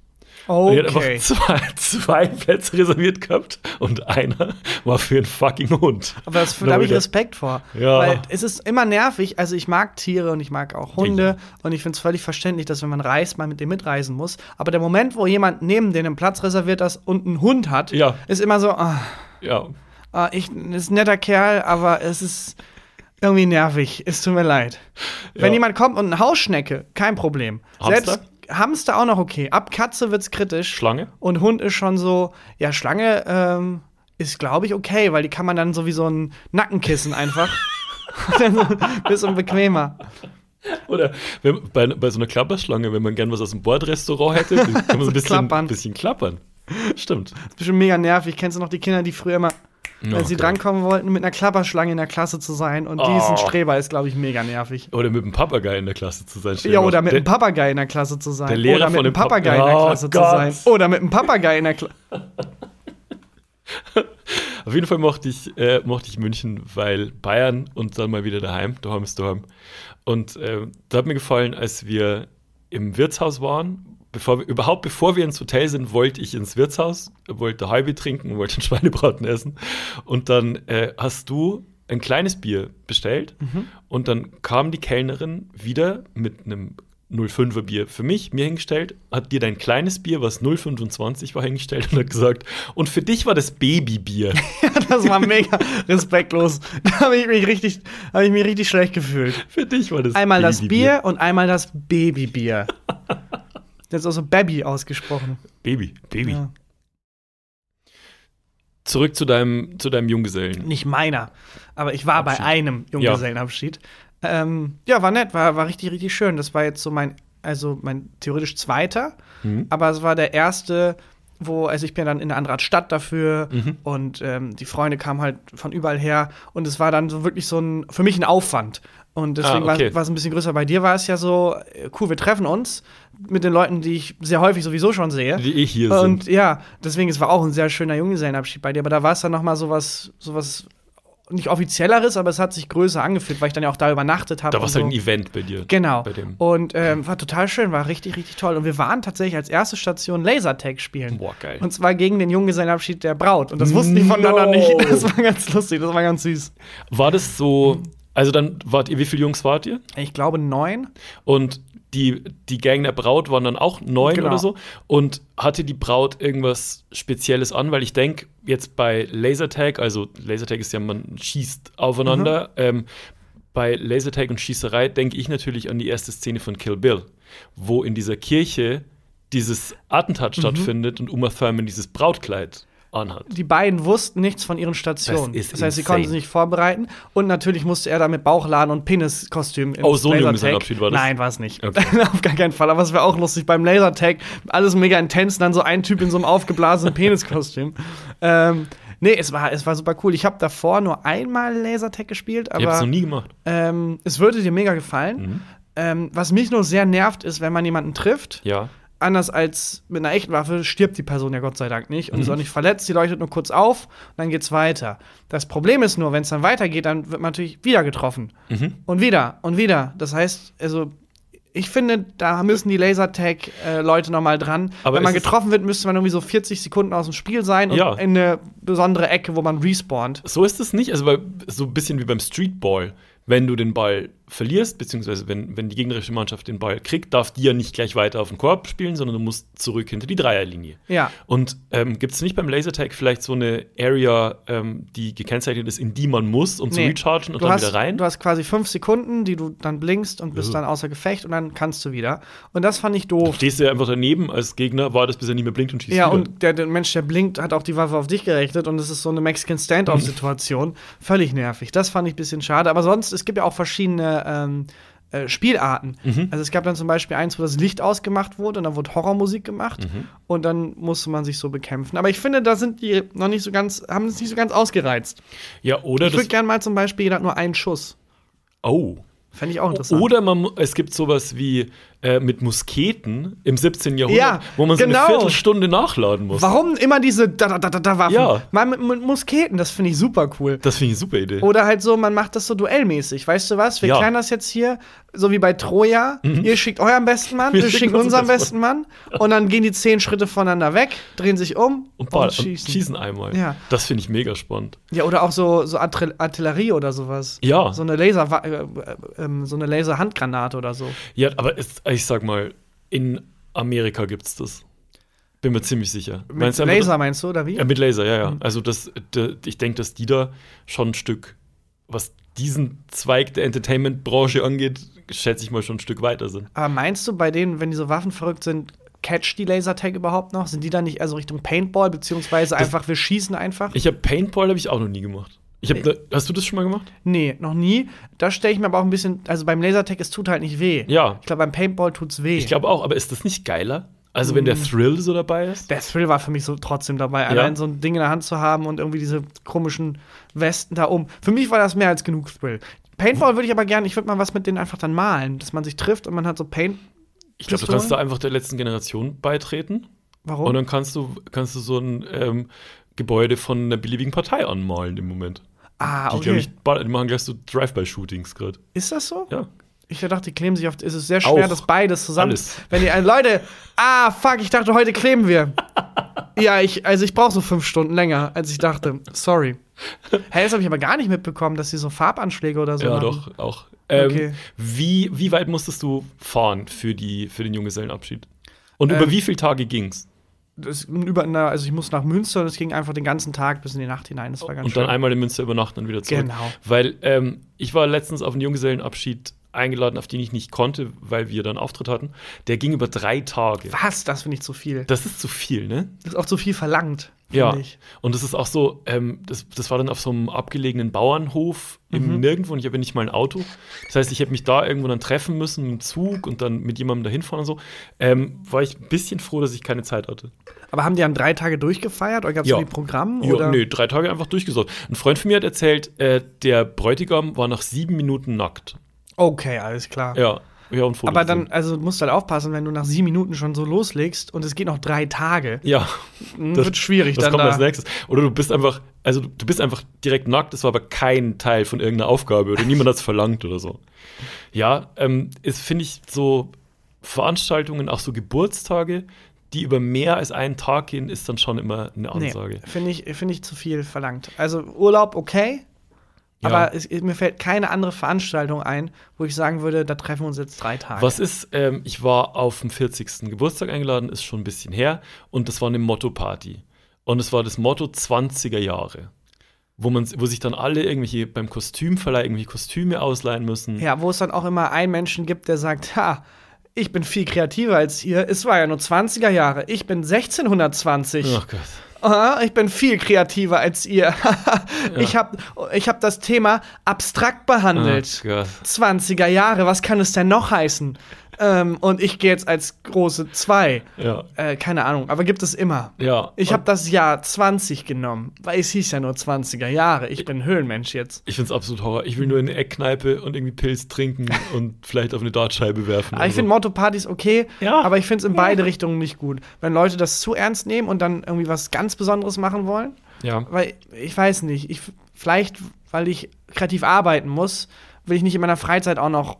S3: Und die hat
S2: Okay.
S3: einfach zwei, zwei Plätze reserviert gehabt und einer war für einen fucking Hund.
S2: Aber das,
S3: Und
S2: da
S3: dann
S2: habe
S3: war
S2: ich Respekt vor.
S3: Ja.
S2: Weil es ist immer nervig. Also, ich mag Tiere und ich mag auch Hunde. Und ich finde es völlig verständlich, dass, wenn man reist, man mit dem mitreisen muss. Aber der Moment, wo jemand neben dir einen Platz reserviert ist und einen Hund hat,
S3: Ja.
S2: ist immer so: ah,
S3: Ja,
S2: ah, ich, ist ein netter Kerl, aber es ist irgendwie nervig. Es tut mir leid. Wenn jemand kommt und eine Hausschnecke, kein Problem.
S3: Hamster?
S2: Selbst Hamster auch noch okay. Ab Katze wird's kritisch.
S3: Schlange?
S2: Und Hund ist schon so, ja, Schlange ähm, ist, glaube ich, okay, weil die kann man dann so wie so ein Nackenkissen einfach. Bisschen bequemer.
S3: Oder wenn, bei, bei so einer Klapperschlange, wenn man gern was aus dem Bordrestaurant hätte, dann kann man so ein bisschen
S2: klappern.
S3: klappern. bisschen klappern. Stimmt.
S2: Ist bestimmt mega nervig. Kennst du noch die Kinder, die früher immer, wenn sie
S3: Gott.
S2: drankommen wollten, mit einer Klapperschlange in der Klasse zu sein? Und die ist ein
S3: Oh.
S2: Streber, ist, glaube ich, mega nervig.
S3: Oder mit einem Papagei in der Klasse zu sein. stell dir
S2: Ja,
S3: mal
S2: oder
S3: vor.
S2: mit einem
S3: Der-
S2: Papagei in der Klasse zu sein.
S3: der Lehrer
S2: oder mit
S3: von
S2: einem
S3: dem Pap-
S2: Papagei in der
S3: Oh
S2: Klasse zu
S3: Gott.
S2: sein. Oder mit einem Papagei in der Klasse.
S3: Auf jeden Fall mochte ich, äh, mochte ich München, weil Bayern und dann mal wieder daheim. Daheim ist daheim. Und äh, da hat mir gefallen, als wir im Wirtshaus waren, bevor wir, überhaupt bevor wir ins Hotel sind, wollte ich ins Wirtshaus, wollte Halbi trinken, wollte einen Schweinebraten essen. Und dann äh, hast du ein kleines Bier bestellt
S2: Mhm.
S3: und dann kam die Kellnerin wieder mit einem 05er Bier für mich, mir hingestellt, hat dir dein kleines Bier, was 025 war, hingestellt und hat gesagt, und für dich war das Babybier.
S2: Das war mega respektlos. Da habe ich mich richtig, habe ich mich richtig schlecht gefühlt.
S3: Für dich war das
S2: Einmal das Bier und einmal das Babybier. Jetzt auch so Baby ausgesprochen.
S3: Baby, Baby.
S2: Ja.
S3: Zurück zu deinem, zu deinem Junggesellen.
S2: Nicht meiner, aber ich war bei
S3: Abschied.
S2: einem Junggesellenabschied. Ja, ähm, ja war nett, war, war richtig, richtig schön. Das war jetzt so mein, also mein theoretisch zweiter,
S3: Mhm.
S2: aber es war der erste, wo, also ich bin dann in eine andere Stadt dafür
S3: Mhm.
S2: und ähm, die Freunde kamen halt von überall her und es war dann so wirklich so ein, für mich ein Aufwand. Und deswegen
S3: Ah, okay.
S2: war, war es ein bisschen größer. Bei dir war es ja so, äh, cool, wir treffen uns mit den Leuten, die ich sehr häufig sowieso schon sehe.
S3: Die eh hier
S2: Und
S3: sind.
S2: ja, deswegen, es war auch ein sehr schöner Junggesellenabschied bei dir, aber da war es dann nochmal sowas, sowas nicht offizielleres, aber es hat sich größer angefühlt, weil ich dann ja auch da übernachtet habe.
S3: Da
S2: und
S3: war es halt
S2: so.
S3: ein Event bei dir.
S2: Genau.
S3: bei dem.
S2: Und ähm, war total schön, war richtig, richtig toll. Und wir waren tatsächlich als erste Station Lasertag spielen.
S3: Boah, geil.
S2: Und zwar gegen den Junggesellenabschied der Braut. Und das wussten die voneinander
S3: No.
S2: nicht. Das war ganz lustig, das war ganz süß.
S3: War das so, also dann wart ihr, wie viele Jungs wart ihr?
S2: Ich glaube neun.
S3: Und die, die Gang der Braut waren dann auch neun
S2: Genau.
S3: oder so. Und hatte die Braut irgendwas Spezielles an? Weil ich denke, jetzt bei Lasertag, also Lasertag ist ja, man schießt
S2: Mhm.
S3: aufeinander. Ähm, bei Lasertag und Schießerei denke ich natürlich an die erste Szene von Kill Bill, wo in dieser Kirche dieses
S2: Mhm.
S3: Attentat stattfindet und Uma Thurman dieses Brautkleid anhat.
S2: Die beiden wussten nichts von ihren Stationen.
S3: Das ist
S2: heißt, sie
S3: insane.
S2: konnten sich nicht vorbereiten. Und natürlich musste er da mit Bauchladen und Peniskostüm ins
S3: Oh, so ein
S2: Lasertag.
S3: Junggesellenabschied war das?
S2: Nein, war es nicht.
S3: Okay.
S2: Auf gar keinen Fall. Aber es wäre auch lustig beim Lasertag. Alles mega intens, und dann so ein Typ in so einem aufgeblasenen Peniskostüm. Ähm, nee, es war, es war super cool. Ich habe davor nur einmal Lasertag gespielt,
S3: ich habe es
S2: aber
S3: noch nie Mhm. gemacht.
S2: ähm, es würde dir mega gefallen. Ähm, was mich nur sehr nervt, ist, wenn man jemanden trifft
S3: Ja.
S2: anders als mit einer echten Waffe stirbt die Person ja Gott sei Dank nicht
S3: Mhm.
S2: und ist auch nicht verletzt, sie leuchtet nur kurz auf und dann geht's weiter. Das Problem ist nur, wenn es dann weitergeht, dann wird man natürlich wieder getroffen.
S3: Mhm.
S2: Und wieder und wieder. Das heißt, also ich finde, da müssen die Lasertag-Leute noch mal dran.
S3: Aber
S2: wenn man
S3: ist es-
S2: getroffen wird, müsste man irgendwie so 40 Sekunden aus dem Spiel sein
S3: Ja.
S2: und in eine besondere Ecke, wo man respawnt.
S3: So ist es nicht. Also weil, so ein bisschen wie beim Streetball. Wenn du den Ball verlierst, beziehungsweise wenn, wenn die gegnerische Mannschaft den Ball kriegt, darf die ja nicht gleich weiter auf den Korb spielen, sondern du musst zurück hinter die Dreierlinie.
S2: Ja.
S3: Und ähm, gibt es nicht beim Lasertag vielleicht so eine Area, ähm, die gekennzeichnet ist, in die man muss, um zu
S2: Nee.
S3: rechargen und
S2: du
S3: dann
S2: hast,
S3: wieder rein?
S2: Du hast quasi fünf Sekunden, die du dann blinkst und bist
S3: Juhu.
S2: dann außer Gefecht und dann kannst du wieder. Und das fand ich doof.
S3: Stehst du ja einfach daneben als Gegner, war das bis er nicht mehr blinkt und schießt
S2: Ja,
S3: wieder.
S2: und der, der Mensch, der blinkt, hat auch die Waffe auf dich gerechnet und es ist so eine Mexican
S3: Mhm.
S2: Standoff-Situation. Völlig nervig. Das fand ich ein bisschen schade. Aber sonst, es gibt ja auch verschiedene ähm, äh, Spielarten.
S3: Mhm.
S2: Also es gab dann zum Beispiel eins, wo das Licht ausgemacht wurde und dann wurde Horrormusik gemacht
S3: Mhm.
S2: und dann musste man sich so bekämpfen. Aber ich finde, da sind die noch nicht so ganz, haben es nicht so ganz ausgereizt.
S3: ja, oder
S2: Ich würde
S3: das.
S2: gerne mal zum Beispiel, jeder hat nur einen Schuss.
S3: Oh.
S2: Fände ich auch interessant.
S3: Oder man, mu- es gibt sowas wie äh, mit Musketen im 17. Jahrhundert,
S2: Ja,
S3: wo man so
S2: genau.
S3: eine Viertelstunde nachladen muss.
S2: Warum immer diese da da da da- da Waffen?
S3: Ja.
S2: Mal mit, mit Musketen, das finde ich super cool.
S3: Das finde ich eine super Idee.
S2: Oder halt so, man macht das so duellmäßig. Weißt du was? Wir
S3: Ja. Mhm.
S2: klären das jetzt hier, so wie bei Troja. Ihr schickt euren besten Mann,
S3: Wir
S2: wir,
S3: schicken
S2: schicken
S3: unseren
S2: unseren besten Mann. Und dann gehen die zehn Schritte voneinander weg, drehen sich um
S3: und,
S2: und,
S3: ball,
S2: schießen.
S3: und schießen einmal.
S2: Ja.
S3: Das finde ich mega spannend.
S2: Ja, oder auch so, so Artil- Artillerie oder sowas.
S3: Ja.
S2: So eine Laser, äh, äh, ähm, so eine Laserhandgranate oder so.
S3: Ja, aber es, ich sag mal, in Amerika gibt's das. Bin mir ziemlich sicher.
S2: Mit
S3: Meinst du einfach,
S2: Laser Mhm. meinst du, oder wie?
S3: Das, ja, mit Laser, ja, ja. Also das, d- ich denke, dass die da schon ein Stück, was diesen Zweig der Entertainment-Branche angeht, schätze ich mal schon ein Stück weiter sind.
S2: Aber meinst du, bei denen, wenn die so waffenverrückt sind, catch die Lasertag überhaupt noch? Sind die dann nicht also Richtung Paintball, beziehungsweise einfach, wir schießen einfach?
S3: Ich habe Paintball habe ich auch noch nie gemacht. Ich hab, da, hast du das schon mal gemacht?
S2: Nee, noch nie. Da stelle ich mir aber auch ein bisschen, also beim Lasertag, es tut halt nicht weh.
S3: Ja.
S2: Ich glaube, beim Paintball tut's weh.
S3: Ich glaube auch, aber ist das nicht geiler? Also wenn der
S2: Mhm.
S3: Thrill so dabei ist?
S2: der Thrill war für mich so trotzdem dabei, allein so ein Ding in der Hand zu haben und irgendwie diese komischen Westen da oben. Für mich war das mehr als genug Thrill. Paintball würde ich aber gerne, ich würde mal was mit denen einfach dann malen, dass man sich trifft und man hat so Paint.
S3: Ich glaube, du
S2: Pistolen? Oh.
S3: kannst da einfach der letzten Generation beitreten.
S2: Warum?
S3: Und dann kannst du, kannst du so ein ähm, Gebäude von einer beliebigen Partei anmalen im Moment.
S2: Ah,
S3: Die,
S2: okay.
S3: glaub ich, ball- die machen gleich so Drive-by-Shootings gerade.
S2: Ist das so?
S3: Ja.
S2: Ich dachte, die kleben sich auf. Es ist sehr schwer,
S3: Auch.
S2: das beides zusammen.
S3: Alles.
S2: Wenn die einen, Leute, ah, fuck, ich dachte, heute kleben wir. ja, ich, also ich brauche so fünf Stunden länger, als ich dachte. Sorry. Hey, das habe ich aber gar nicht mitbekommen, dass sie so Farbanschläge oder so
S3: Ja,
S2: machen.
S3: doch, auch. Ähm,
S2: Okay.
S3: wie, wie weit musstest du fahren für, die, für den Junggesellenabschied? Und
S2: Ähm,
S3: über wie viele Tage ging's?
S2: Das, ist über, na, also ich muss nach Münster und es ging einfach den ganzen Tag bis in die Nacht hinein. Das war ganz
S3: Und
S2: schön.
S3: dann einmal in Münster übernachten und wieder zurück.
S2: Genau.
S3: Weil ähm, ich war letztens auf einen Junggesellenabschied eingeladen, auf den ich nicht konnte, weil wir dann Auftritt hatten. Der ging über drei Tage.
S2: Was? Das finde ich zu viel.
S3: Das ist zu viel, ne?
S2: Das ist auch zu viel verlangt, finde
S3: Ja.
S2: ich.
S3: Und das ist auch so, ähm, das, das war dann auf so einem abgelegenen Bauernhof im
S2: Mhm.
S3: Nirgendwo und ich habe ja nicht mal ein Auto. Das heißt, ich hätte mich da irgendwo dann treffen müssen mit dem Zug und dann mit jemandem dahin fahren und so. Ähm, war ich ein bisschen froh, dass ich keine Zeit hatte.
S2: Aber haben die an drei Tage durchgefeiert oder gab es
S3: Ja.
S2: irgendwie Programm?
S3: Ja,
S2: oder?
S3: nee, drei Tage einfach durchgesorgt. Ein Freund von mir hat erzählt, äh, der Bräutigam war nach sieben Minuten nackt.
S2: Okay, alles klar.
S3: Ja, ja und Fotos
S2: Ah. Aber dann,
S3: sind-
S2: also du musst halt aufpassen, wenn du nach sieben Minuten schon so loslegst und es geht noch drei Tage,
S3: Ja,
S2: hm, wird schwierig
S3: das
S2: dann
S3: kommt
S2: da.
S3: als nächstes. Oder du bist einfach, also du- du bist einfach direkt nackt, das war aber kein Teil von irgendeiner Aufgabe oder niemand hat es verlangt oder so. Ja, ähm, es finde ich so Veranstaltungen, auch so Geburtstage, die über mehr als einen Tag gehen, ist dann schon immer eine
S2: Nee,
S3: Ansage.
S2: finde ich, finde ich zu viel verlangt. Also Urlaub okay,
S3: Ja.
S2: aber es, mir fällt keine andere Veranstaltung ein, wo ich sagen würde, da treffen wir uns jetzt drei Tage.
S3: Was ist, ähm, ich war auf dem 40. Geburtstag eingeladen, ist schon ein bisschen her, und das war eine Motto-Party. Und es war das Motto 20er Jahre. Wo, man, wo sich dann alle irgendwelche beim Kostümverleih irgendwelche Kostüme ausleihen müssen.
S2: Ja, wo es dann auch immer einen Menschen gibt, der sagt, ha, ich bin viel kreativer als ihr. Es war ja nur 20er Jahre. Ich bin 1620.
S3: Ach Oh Gott.
S2: Ah, ich bin viel kreativer als ihr. Ich habe ich hab das Thema abstrakt
S3: Ah,
S2: behandelt.
S3: Ach Oh Gott.
S2: 20er Jahre, was kann es denn noch heißen? ähm, und ich gehe jetzt als große 2.
S3: Ja.
S2: Äh, keine Ahnung, aber gibt es immer.
S3: Ja.
S2: Ich habe
S3: Und
S2: das Jahr 20 genommen, weil es hieß ja nur 20er Jahre. Ich bin Höhlenmensch jetzt.
S3: Ich find's absolut Horror. Ich will nur in eine Eckkneipe und irgendwie Pilz trinken und vielleicht auf eine Dartscheibe werfen.
S2: Aber
S3: oder
S2: Ah, ich finde Motto-Partys okay,
S3: Also Ja.
S2: aber ich finde es in beide Richtungen nicht gut. Wenn Leute das zu ernst nehmen und dann irgendwie was ganz Besonderes machen wollen,
S3: so. Ja.
S2: weil ich weiß nicht, ich, vielleicht, weil ich kreativ arbeiten muss, will ich nicht in meiner Freizeit auch noch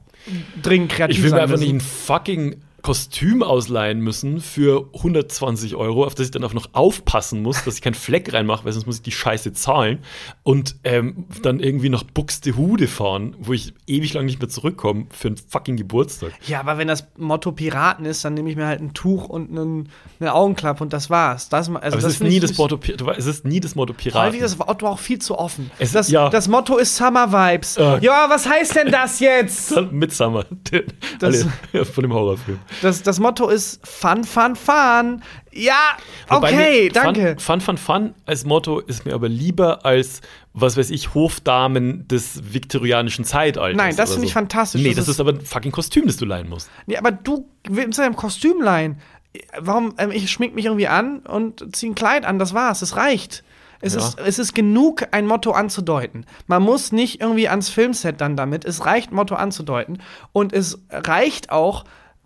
S2: dringend kreativ
S3: Ich will mir
S2: sein
S3: einfach nicht
S2: müssen.
S3: ein fucking Kostüm ausleihen müssen für 120 Euro, auf das ich dann auch noch aufpassen muss, dass ich keinen Fleck reinmache, weil sonst muss ich die Scheiße zahlen und ähm, dann irgendwie nach Buxtehude fahren, wo ich ewig lang nicht mehr zurückkomme für einen fucking Geburtstag.
S2: Ja, aber wenn das Motto Piraten ist, dann nehme ich mir halt ein Tuch und einen, eine Augenklappe und das war's. Das, also
S3: Aber
S2: das
S3: es, ist
S2: finde
S3: nie
S2: ich-
S3: das Motto, Pi- du weißt, es ist nie das Motto Piraten.
S2: Häufig ist das Motto auch viel zu offen.
S3: Es-
S2: das,
S3: ja.
S2: das Motto ist Summer Vibes.
S3: Ah.
S2: Ja, was heißt denn das jetzt?
S3: Midsummer.
S2: Das-
S3: Alle, von dem Horrorfilm.
S2: Das, das Motto ist Fun, Fun, Fun. Ja,
S3: Wobei
S2: okay,
S3: mir
S2: danke.
S3: Fun, fun, fun, fun als Motto ist mir aber lieber als, was weiß ich, Hofdamen des viktorianischen Zeitalters.
S2: Nein, das
S3: oder
S2: finde ich fantastisch.
S3: Nee,
S2: Das
S3: das,
S2: ist-
S3: ist aber ein fucking Kostüm, das du leihen musst.
S2: Ja, aber du willst ja im Kostüm leihen. Warum? ähm, Ich schmink mich irgendwie an und zieh ein Kleid an, das war's, es reicht. Es,
S3: Ja.
S2: ist, es ist genug, ein Motto anzudeuten. Man muss nicht irgendwie ans Filmset dann damit. Es reicht, Motto anzudeuten. Und es reicht auch,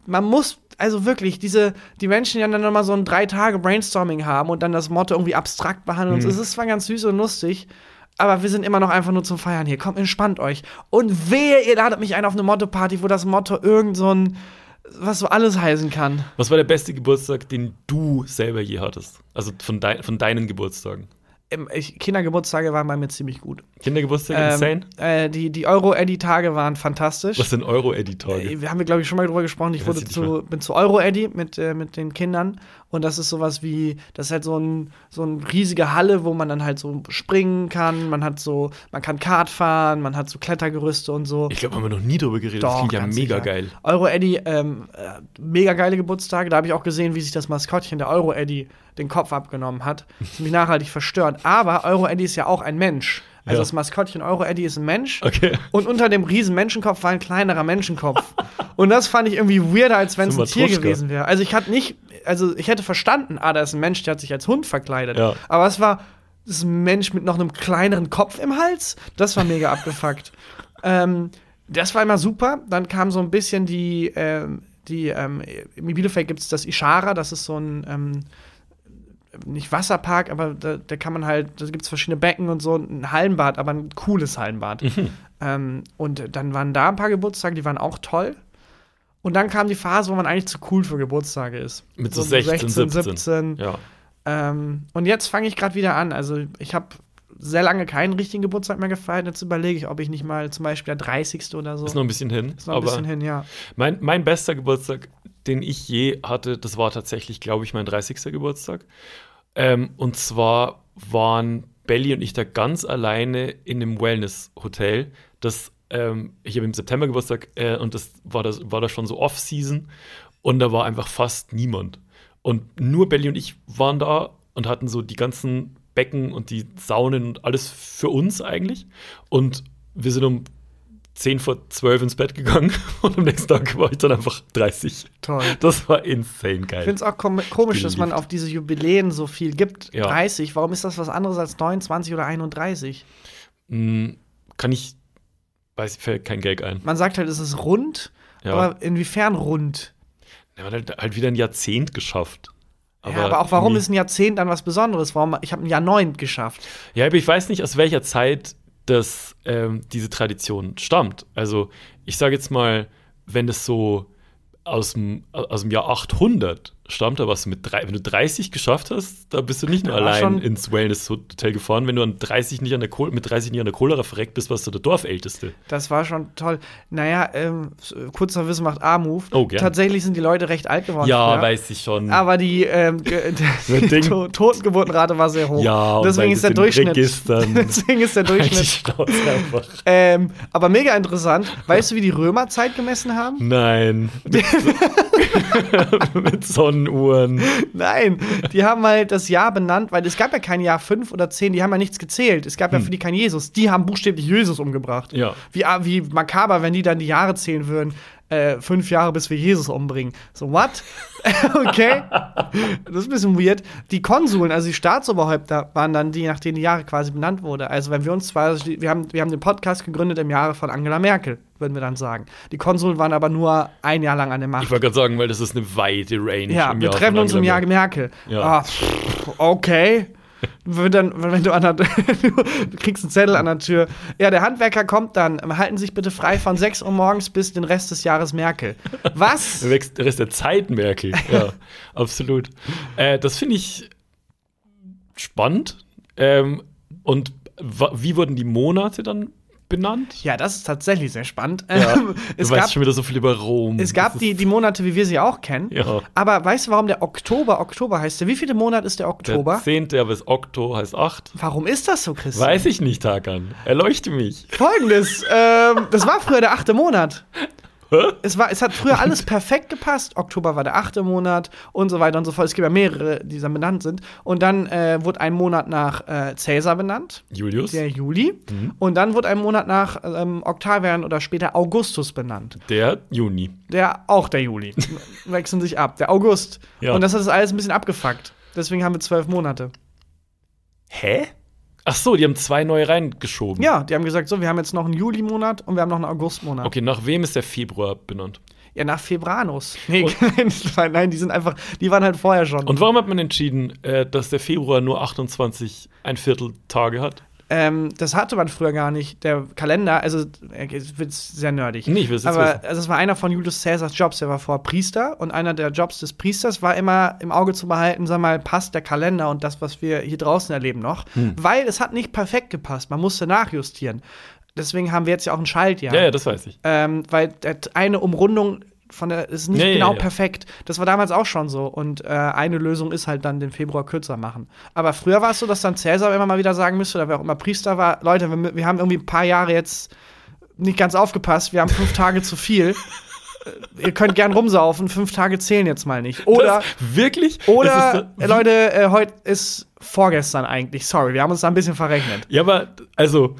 S2: man muss, also wirklich, diese, die Menschen, die dann nochmal so ein drei Tage Brainstorming haben und dann das Motto irgendwie abstrakt behandeln. Es ist zwar ganz süß und lustig, aber wir sind immer noch einfach nur zum Feiern hier. Kommt, entspannt euch. Und wehe, ihr ladet mich ein auf eine Motto-Party, wo das Motto irgend so ein, was so alles heißen kann.
S3: Was war der beste Geburtstag, den du selber je hattest? Also von, dein, von deinen Geburtstagen.
S2: Ähm, Ich, Kindergeburtstage waren bei mir ziemlich gut.
S3: Kindergeburtstag,
S2: Ähm,
S3: insane?
S2: äh, die die Euro-Eddy-Tage waren fantastisch.
S3: Was sind Euro-Eddy-Tage?
S2: Äh, Wir haben wir, glaube ich, schon mal drüber gesprochen. Ich
S3: Weiß
S2: wurde
S3: ich nicht
S2: zu, bin zu Euro-Eddy mit, äh, mit den Kindern. Und das ist sowas wie, das ist halt so ein, so ein riesige Halle, wo man dann halt so springen kann. Man hat so, man kann Kart fahren, man hat so Klettergerüste und so.
S3: Ich glaube, haben wir noch nie drüber geredet. das
S2: Doch,
S3: klingt ja
S2: ganz
S3: mega
S2: sicher.
S3: geil.
S2: Euro-Eddy, ähm, äh, mega geile Geburtstage. Da habe ich auch gesehen, wie sich das Maskottchen der Euro-Eddy den Kopf abgenommen hat. Ziemlich nachhaltig verstört. Aber Euro-Eddy ist ja auch ein Mensch. Also
S3: Ja.
S2: das Maskottchen Euro-Eddy ist ein Mensch.
S3: Okay.
S2: Und unter dem riesen Menschenkopf war ein kleinerer Menschenkopf. und das fand ich irgendwie weirder, als wenn es
S3: So
S2: ein Tier
S3: Matruschka.
S2: gewesen wäre. Also ich hatte nicht, also ich hätte verstanden, ah, da ist ein Mensch, der hat sich als Hund verkleidet.
S3: Ja.
S2: Aber es war das ist ein Mensch mit noch einem kleineren Kopf im Hals. Das war mega abgefuckt. Ähm, das war immer super. Dann kam so ein bisschen die, ähm, die ähm, in Bielefeld gibt es das Ishara, das ist so ein ähm, nicht Wasserpark, aber da, da kann man halt, da gibt es verschiedene Becken und so, ein Hallenbad, aber ein cooles Hallenbad.
S3: Mhm.
S2: Ähm, und dann waren da ein paar Geburtstage, die waren auch toll. Und dann kam die Phase, wo man eigentlich zu cool für Geburtstage ist.
S3: Mit so 16, 17. Ja.
S2: Ähm, und jetzt fange ich gerade wieder an. Also ich habe sehr lange keinen richtigen Geburtstag mehr gefeiert. Jetzt überlege ich, ob ich nicht mal zum Beispiel der 30. oder so.
S3: Ist noch ein bisschen hin.
S2: Ist noch ein
S3: aber
S2: bisschen hin, ja.
S3: Mein, mein bester Geburtstag, den ich je hatte, das war tatsächlich, glaube ich, mein 30. Geburtstag. Ähm, und zwar waren Belly und ich da ganz alleine in einem Wellness-Hotel. Das, ähm, ich habe im September Geburtstag äh, und das war, das war da schon so Off-Season und da war einfach fast niemand. Und nur Belly und ich waren da und hatten so die ganzen Becken und die Saunen und alles für uns eigentlich. Und wir sind um 10 vor 12 ins Bett gegangen und am nächsten Tag war ich dann einfach 30.
S2: Toll.
S3: Das war insane geil.
S2: Ich finde es auch kom komisch, dass man
S3: Halt Geliebt.
S2: auf diese Jubiläen so viel gibt.
S3: Ja.
S2: 30, warum ist das was anderes als 29 oder 31?
S3: Mm, Kann ich, weiß ich, fällt kein Gag ein.
S2: Man sagt halt, es ist rund,
S3: Ja.
S2: aber inwiefern rund?
S3: Ja, man hat halt wieder ein Jahrzehnt geschafft.
S2: Aber, ja, aber auch warum
S3: nee.
S2: ist ein Jahrzehnt dann was Besonderes? Warum, ich habe ein Jahr 9 geschafft.
S3: Ja, aber ich weiß nicht, aus welcher Zeit das, ähm, diese Tradition stammt. Also, ich sage jetzt mal, wenn das so aus dem, aus dem Jahr 800 stammt, aber was du mit drei, wenn du 30 geschafft hast, da bist du nicht nur
S2: Ja,
S3: allein
S2: schon.
S3: ins Wellness-Hotel gefahren, wenn du an 30 nicht an der Kohl mit 30 nicht an der Cholera verreckt bist, warst du der Dorfälteste.
S2: Das war schon toll. Naja, ähm, s- kurzer Wissen macht A-Move.
S3: Oh, gern.
S2: Tatsächlich sind die Leute recht alt geworden. früher.
S3: weiß ich schon.
S2: Aber die, ähm, ge- die
S3: Ding.
S2: to Totengeburtenrate war sehr hoch.
S3: Ja, und
S2: deswegen
S3: weil
S2: ist
S3: das
S2: der
S3: in
S2: Durchschnitt.
S3: Registern-
S2: deswegen ist der
S3: Halt die
S2: Durchschnitt.
S3: Schnauze einfach.
S2: Ähm, aber mega interessant. Weißt du, wie die Römer Zeit gemessen haben?
S3: Nein. Mit, mit Sonnenuhren.
S2: Nein, die haben halt das Jahr benannt, weil es gab ja kein Jahr fünf oder zehn. die haben ja nichts gezählt. Es gab ja für die kein Jesus. Die haben buchstäblich Jesus umgebracht.
S3: Ja.
S2: Wie, ah, wie makaber, wenn die dann die Jahre zählen würden. Äh, fünf Jahre, bis wir Jesus umbringen. So, what? okay. Das ist ein bisschen weird. Die Konsuln, also die Staatsoberhäupter, waren dann die, nach denen die Jahre quasi benannt wurde. Also, wenn wir uns zwar, wir haben, wir haben den Podcast gegründet im Jahre von Angela Merkel, würden wir dann sagen. Die Konsuln waren aber nur ein Jahr lang an der Macht.
S3: Ich wollte gerade sagen, weil das ist eine weite Range.
S2: Ja,
S3: im
S2: wir
S3: Jahr
S2: treffen
S3: von
S2: uns im
S3: Angela
S2: Jahr Merkel.
S3: Ja.
S2: Ah, pff, okay. Wenn, dann, wenn du, an der, du kriegst einen Zettel an der Tür. Ja, der Handwerker kommt dann. Halten Sie sich bitte frei von 6 Uhr morgens bis den Rest des Jahres Merkel. Was?
S3: Der Wächst der Rest der Zeit, Merkel. Ja, absolut. Äh, das finde ich spannend. Ähm, und wa- wie wurden die Monate dann benannt?
S2: Ja, das ist tatsächlich sehr spannend.
S3: du
S2: Ähm, es,
S3: weißt
S2: gab,
S3: schon wieder so viel über Rom.
S2: es gab
S3: Das
S2: die, die Monate, wie wir sie auch kennen.
S3: Ja.
S2: Aber weißt du, warum der Oktober Oktober heißt? Der? Wie viele Monat ist der
S3: ist Der
S2: Oktober?
S3: zehnte, aber es Okto heißt acht.
S2: Warum ist das so, Christian?
S3: Weiß ich nicht, Takan. Erleuchte mich.
S2: Folgendes, ähm, das war früher der achte Monat. Es, war, es hat früher alles perfekt gepasst. Oktober war der achte Monat und so weiter und so fort. Es gibt ja mehrere, die dann benannt sind. Und dann äh, wurde ein Monat nach äh, Cäsar benannt,
S3: Julius,
S2: der
S3: der,
S2: Juli. Und dann wurde ein Monat nach ähm, Octavian oder später Augustus benannt,
S3: Juni.
S2: der auch der Juli. Wechseln sich ab, der August.
S3: Ja.
S2: Und das hat das alles ein bisschen abgefuckt. Deswegen haben wir zwölf Monate.
S3: Hä? Ach so, die haben zwei neue reingeschoben.
S2: Ja, die haben gesagt, so, wir haben jetzt noch einen Juli-Monat und wir haben noch einen August-Monat.
S3: Okay, nach wem ist der Februar benannt?
S2: Ja, nach Febranus. Nee, nein, nein, die sind einfach, die waren halt vorher schon.
S3: Und warum hat man entschieden, äh, dass der Februar nur 28 ein Viertel Tage hat?
S2: ähm, das hatte man früher gar nicht. Der Kalender, also äh, es wird sehr nerdig.
S3: Nee, ich will's jetzt
S2: Aber
S3: wissen.
S2: also, es war einer von Julius Caesars Jobs, der war vorher Priester und einer der Jobs des Priesters war immer im Auge zu behalten, sag mal, passt der Kalender und das, was wir hier draußen erleben, noch.
S3: Hm.
S2: Weil es hat nicht perfekt gepasst, man musste nachjustieren. Deswegen haben wir jetzt ja auch ein Schaltjahr.
S3: Ja, ja, das weiß ich.
S2: ähm, weil der, eine Umrundung von der ist nicht
S3: Ja, ja,
S2: genau
S3: ja.
S2: perfekt. Das war damals auch schon so. Und äh, eine Lösung ist halt dann den Februar kürzer machen. Aber früher war es so, dass dann Cäsar immer mal wieder sagen müsste, oder wer auch immer Priester war, Leute, wir, wir haben irgendwie ein paar Jahre jetzt nicht ganz aufgepasst, wir haben fünf Tage zu viel. Äh, Ihr könnt gern rumsaufen, fünf Tage zählen jetzt mal nicht. Oder,
S3: das, wirklich? Das ist,
S2: oder
S3: äh,
S2: äh, Leute, äh, heute ist vorgestern eigentlich. Sorry, wir haben uns da ein bisschen verrechnet.
S3: ja, aber also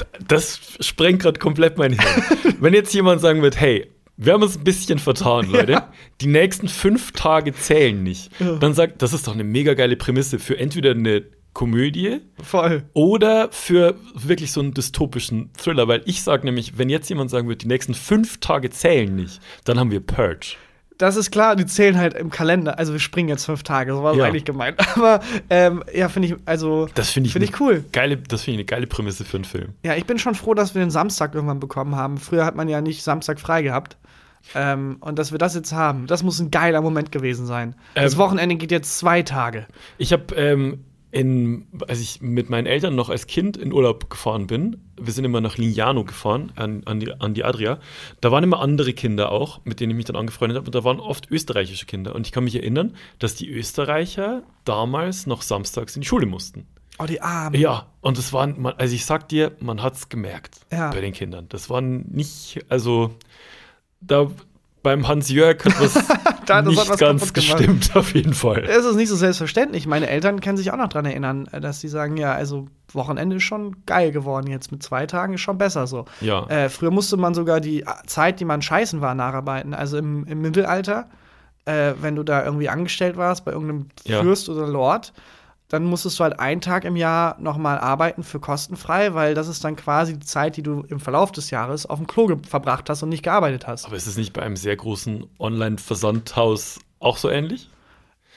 S3: d- das sprengt gerade komplett mein Hirn. Wenn jetzt jemand sagen wird, hey, wir haben uns ein bisschen vertan, Leute. Die nächsten fünf Tage zählen nicht. Dann sagt, das ist doch eine mega geile Prämisse für entweder eine Komödie
S2: Voll.
S3: oder für wirklich so einen dystopischen Thriller. Weil ich sage nämlich, wenn jetzt jemand sagen wird, die nächsten fünf Tage zählen nicht, dann haben wir Purge.
S2: Das ist klar, die zählen halt im Kalender. Also wir springen jetzt fünf Tage, so war es
S3: Ja.
S2: eigentlich gemeint. Aber ähm, ja, finde ich, also
S3: Das finde ich,
S2: Finde ich
S3: eine
S2: cool.
S3: Geile, das finde ich eine geile Prämisse für einen Film.
S2: ja, ich bin schon froh, dass wir den Samstag irgendwann bekommen haben. Früher hat man ja nicht Samstag frei gehabt. Ähm, und dass wir das jetzt haben, das muss ein geiler Moment gewesen sein. das
S3: Ähm.
S2: Wochenende geht jetzt zwei Tage.
S3: Ich habe, ähm, in, als ich mit meinen Eltern noch als Kind in Urlaub gefahren bin, wir sind immer nach Lignano gefahren, an, an, die, an die Adria, da waren immer andere Kinder auch, mit denen ich mich dann angefreundet habe, und da waren oft österreichische Kinder. Und ich kann mich erinnern, dass die Österreicher damals noch samstags in die Schule mussten.
S2: Oh, die Armen.
S3: Ja, und das waren, man, also ich sag dir, man hat's gemerkt
S2: Ja.
S3: bei den Kindern. Das waren nicht, also da beim Hans Jörg hat was
S2: Da hat das
S3: nicht
S2: was
S3: ganz
S2: kaputt gemacht.
S3: gestimmt, auf jeden Fall.
S2: Es ist nicht so selbstverständlich. Meine Eltern können sich auch noch dran erinnern, äh, dass sie sagen, ja, also Wochenende ist schon geil geworden jetzt. Mit zwei Tagen ist schon besser so.
S3: Ja.
S2: Äh, früher musste man sogar die A- Zeit, die man scheißen war, nacharbeiten. Also im, im Mittelalter, äh, wenn du da irgendwie angestellt warst bei irgendeinem
S3: Ja.
S2: Fürst oder Lord, dann musstest du halt einen Tag im Jahr nochmal arbeiten für kostenfrei, weil das ist dann quasi die Zeit, die du im Verlauf des Jahres auf dem Klo ge- verbracht hast und nicht gearbeitet hast.
S3: Aber ist es nicht bei einem sehr großen Online-Versandhaus auch so ähnlich?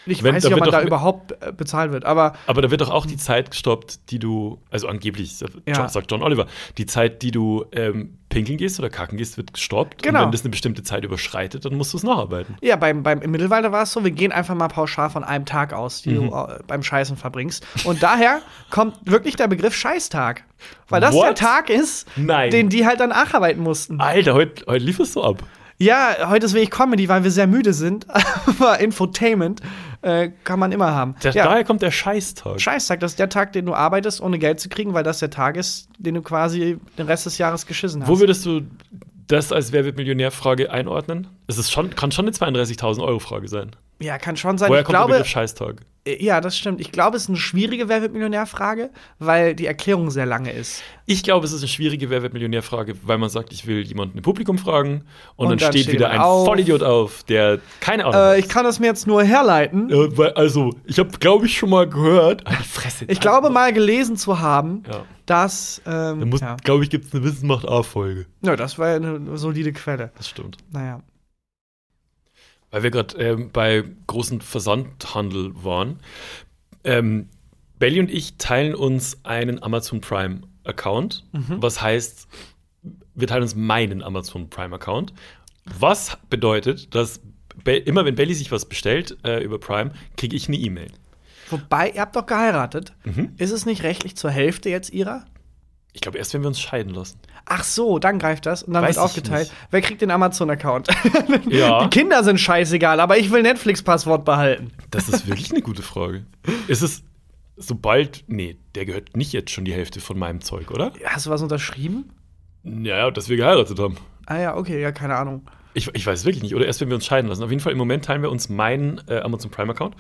S2: Ich
S3: wenn-
S2: weiß
S3: da
S2: nicht, ob
S3: wird
S2: man
S3: doch
S2: da
S3: mit-
S2: überhaupt äh, bezahlt wird, aber
S3: Aber da wird doch auch die Zeit gestoppt, die du, also angeblich, sagt
S2: Ja.
S3: John- sagt John Oliver, die Zeit, die du ähm, pinkeln gehst oder kacken gehst, wird gestoppt.
S2: Genau.
S3: Und wenn das eine bestimmte Zeit überschreitet, dann musst du es nacharbeiten.
S2: Ja, beim, beim, im Mittelwalder war es so, wir gehen einfach mal pauschal von einem Tag aus, die
S3: Mhm.
S2: du äh, beim Scheißen verbringst. Und daher kommt wirklich der Begriff Scheißtag. Weil das
S3: What?
S2: der Tag ist,
S3: Nein. Ah.
S2: den die halt dann nacharbeiten mussten.
S3: Alter, heute heut lief es so ab.
S2: Ja, heute ist wenig Comedy, weil wir sehr müde sind. Aber Infotainment äh, kann man immer haben.
S3: Da,
S2: ja,
S3: Daher kommt der Scheißtag.
S2: Scheißtag, das ist der Tag, den du arbeitest, ohne Geld zu kriegen, weil das der Tag ist, den du quasi den Rest des Jahres geschissen hast.
S3: Wo würdest du das als Wer wird Millionär-Frage einordnen? Es ist schon, kann schon eine 32.000 Euro-Frage sein.
S2: ja, kann schon sein.
S3: Woher
S2: ich
S3: kommt der
S2: glaube, äh,
S3: Begriff Scheißtag?
S2: ja, das stimmt. Ich glaube, es ist eine schwierige Wer wird Millionär-Frage, weil die Erklärung sehr lange ist.
S3: Ich glaube, es ist eine schwierige Wer wird Millionär-Frage, weil man sagt, ich will jemanden im Publikum fragen und,
S2: Und
S3: dann,
S2: dann
S3: steht
S2: steht
S3: wieder ein
S2: jemand auf.
S3: Vollidiot auf, der keine Ahnung
S2: Äh,
S3: hat.
S2: ich kann das mir jetzt nur herleiten.
S3: Äh, weil- also, ich habe, glaube ich, schon mal gehört. Alter, Fresse.
S2: Ich glaube mal gelesen zu haben,
S3: Ja.
S2: dass.
S3: Da
S2: Ähm,
S3: muss,
S2: ja.
S3: glaube ich, gibt es eine Wissensmacht A-Folge.
S2: ja, das war ja eine solide Quelle.
S3: Das stimmt.
S2: Naja.
S3: Weil wir gerade ähm, bei großen Versandhandel waren. Ähm, Belly und ich teilen uns einen Amazon Prime Account. Was heißt, wir teilen uns meinen Amazon Prime Account. Was bedeutet, dass Be immer wenn Belly sich was bestellt äh, über Prime, kriege ich eine E-Mail.
S2: Wobei, ihr habt doch geheiratet.
S3: Mhm.
S2: Ist es nicht rechtlich zur Hälfte jetzt ihrer?
S3: Ich glaube, erst wenn wir uns scheiden lassen.
S2: Ach so, dann greift das und dann
S3: Weiß
S2: wird
S3: ich
S2: aufgeteilt.
S3: nicht.
S2: Wer kriegt den Amazon-Account?
S3: Ja.
S2: Die Kinder sind scheißegal, aber ich will Netflix-Passwort behalten.
S3: Das ist wirklich eine gute Frage. Ist es sobald. Nee, der gehört nicht jetzt schon die Hälfte von meinem Zeug, oder?
S2: Hast du was unterschrieben?
S3: Naja, dass wir geheiratet haben.
S2: Ah ja, okay, ja, keine Ahnung.
S3: Ich, ich weiß wirklich nicht. Oder erst, wenn wir uns scheiden lassen. Auf jeden Fall, im Moment teilen wir uns meinen äh, Amazon Prime-Account.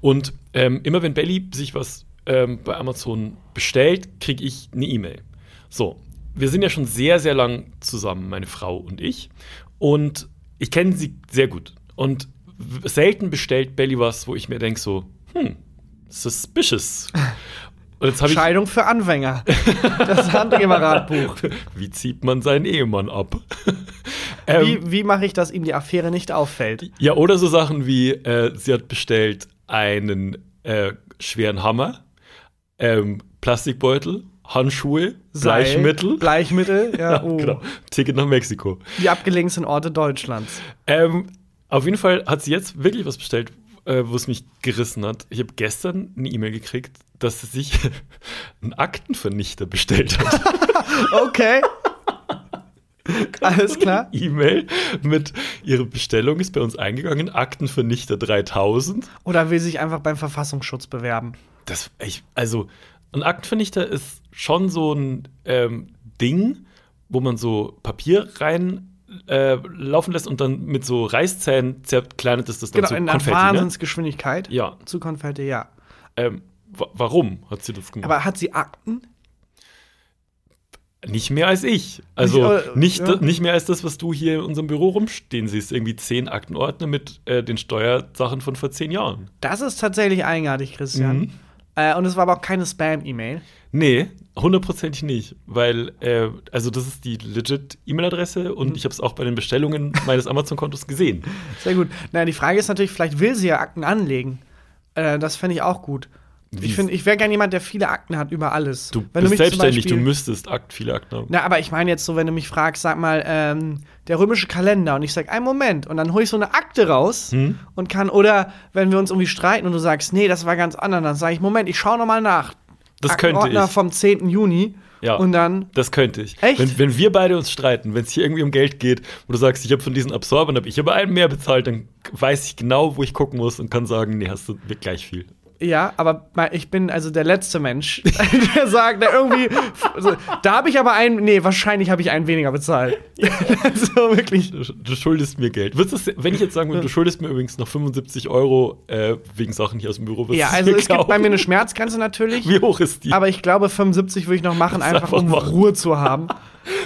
S3: Und ähm, immer wenn Belly sich was ähm, bei Amazon bestellt, kriege ich eine E-Mail. So, wir sind ja schon sehr, sehr lang zusammen, meine Frau und ich. Und ich kenne sie sehr gut. Und w- selten bestellt Belly was, wo ich mir denke so, hm, suspicious. Und jetzt habe ich
S2: Scheidung für Anfänger. Das Handgeberatbuch.
S3: wie zieht man seinen Ehemann ab? Ähm.
S2: wie wie mache ich, dass ihm die Affäre nicht auffällt?
S3: Ja, oder so Sachen wie, äh, sie hat bestellt einen äh, schweren Hammer, ähm, Plastikbeutel, Handschuhe,
S2: Seil,
S3: Bleichmittel.
S2: Bleichmittel, ja. Oh.
S3: Genau, Ticket nach Mexiko.
S2: Die abgelegensten Orte Deutschlands.
S3: Ähm, auf jeden Fall hat sie jetzt wirklich was bestellt, äh, wo es mich gerissen hat. Ich habe gestern eine E-Mail gekriegt, dass sie sich einen Aktenvernichter bestellt hat.
S2: Okay. Alles klar.
S3: E-Mail mit ihre Bestellung ist bei uns eingegangen, Aktenvernichter 3000.
S2: Oder will sich einfach beim Verfassungsschutz bewerben.
S3: Das, ich, also, ein Aktenvernichter ist schon so ein ähm, Ding, wo man so Papier rein äh, laufen lässt und dann mit so Reißzähnen zerkleinert ist das dann
S2: Genau,
S3: so
S2: in einer
S3: Konfetti, ne?
S2: Wahnsinnsgeschwindigkeit.
S3: Ja.
S2: Zu Konfetti, ja.
S3: Ähm, wa- warum hat sie das gemacht?
S2: Aber hat sie Akten?
S3: nicht mehr als ich. Also
S2: Nicht, äh,
S3: nicht,
S2: ja.
S3: nicht mehr als das, was du hier in unserem Büro rumstehen siehst. Irgendwie zehn Aktenordner mit äh, den Steuersachen von vor zehn Jahren.
S2: Das ist tatsächlich eigenartig, Christian.
S3: Mhm.
S2: Äh, und es war aber auch keine Spam-E-Mail.
S3: Nee, hundertprozentig nicht, weil, äh, also das ist die legit E-Mail-Adresse
S2: Mhm.
S3: und ich habe es auch bei den Bestellungen meines Amazon-Kontos gesehen.
S2: Sehr gut. Na, die Frage ist natürlich, vielleicht will sie ja Akten anlegen. Äh, das fände ich auch gut.
S3: Wie-
S2: Ich, find- ich wäre gern jemand, der viele Akten hat über alles.
S3: Du
S2: Wenn
S3: bist
S2: mich zum
S3: selbstständig, du
S2: Beispiel-
S3: müsstest Akt, viele Akten haben.
S2: Na, aber ich meine jetzt so, wenn du mich fragst, sag mal, ähm, der römische Kalender und ich sag, einen Moment, und dann hole ich so eine Akte raus
S3: Hm?
S2: und kann, oder wenn wir uns irgendwie streiten und du sagst, nee, das war ganz anders, dann sage ich, Moment, ich schaue nochmal nach.
S3: Das könnte
S2: Aktenordner
S3: ich.
S2: vom 10. Juni
S3: Ja.
S2: und dann,
S3: Das könnte ich.
S2: Echt?
S3: Wenn, wenn wir beide uns streiten, wenn es hier irgendwie um Geld geht, wo du sagst, ich habe von diesen Absorbern, habe ich aber einen mehr bezahlt, dann weiß ich genau, wo ich gucken muss und kann sagen, nee, hast du wird gleich viel.
S2: ja, aber mal- ich bin also der letzte Mensch, der sagt, der irgendwie, so, da habe ich aber einen, nee, wahrscheinlich habe ich einen weniger bezahlt. so wirklich.
S3: Du, du schuldest mir Geld. Würdest du's- wenn ich jetzt sagen würde, du schuldest mir übrigens noch 75 Euro äh, wegen Sachen hier aus dem Büro, würdest
S2: Ja,
S3: du's
S2: also
S3: mir
S2: es gibt bei
S3: glauben?
S2: mir eine Schmerzgrenze natürlich.
S3: Wie hoch ist die?
S2: Aber ich glaube, 75 würde ich noch machen, einfach,
S3: einfach
S2: um
S3: machen.
S2: Ruhe zu haben.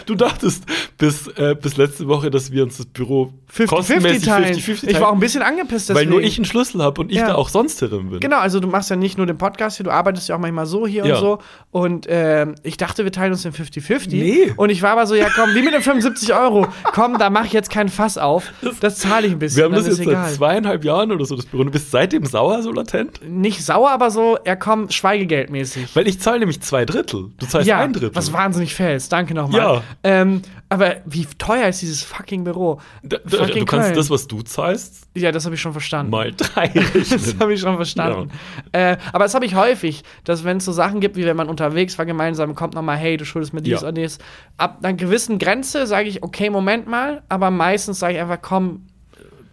S3: du dachtest bis, äh, bis letzte Woche, dass wir uns das Büro
S2: 50-50
S3: kostenmäßig
S2: teilen.
S3: 50-50
S2: Ich war auch
S3: teilen,
S2: ein bisschen angepisst
S3: weil
S2: deswegen.
S3: nur ich einen Schlüssel habe und ich
S2: Ja.
S3: da auch sonst drin bin.
S2: Genau, also du machst ja nicht nur den Podcast hier, du arbeitest ja auch manchmal so hier
S3: Ja.
S2: und so. Und ähm, ich dachte, wir teilen uns den 50-50.
S3: Nee.
S2: Und ich war aber so, ja komm, wie mit den 75 Euro. Komm, da mach ich jetzt kein Fass auf. Das zahle ich ein bisschen.
S3: Wir haben
S2: dann
S3: das jetzt
S2: ist egal.
S3: seit zweieinhalb Jahren oder so, das Büro. Und Du bist seitdem sauer, so latent?
S2: Nicht sauer, aber so, ja komm, Schweigegeldmäßig.
S3: Weil ich zahle nämlich zwei Drittel. Du zahlst
S2: Ja,
S3: ein Drittel.
S2: was wahnsinnig fair ist. Danke nochmal.
S3: Ja.
S2: Ähm, aber wie teuer ist dieses fucking Büro?
S3: Da- da-
S2: Fucking
S3: du kannst
S2: Köln.
S3: das, was du zahlst,
S2: Ja, das habe ich schon verstanden.
S3: mal drei
S2: Das
S3: rechnen.
S2: habe ich schon verstanden. Äh, aber das habe ich häufig, dass wenn es so Sachen gibt, wie wenn man unterwegs war, gemeinsam kommt nochmal, hey, du schuldest mir dies
S3: Ja.
S2: und dies. Ab einer gewissen Grenze sage ich, okay, Moment mal, aber meistens sage ich einfach, komm,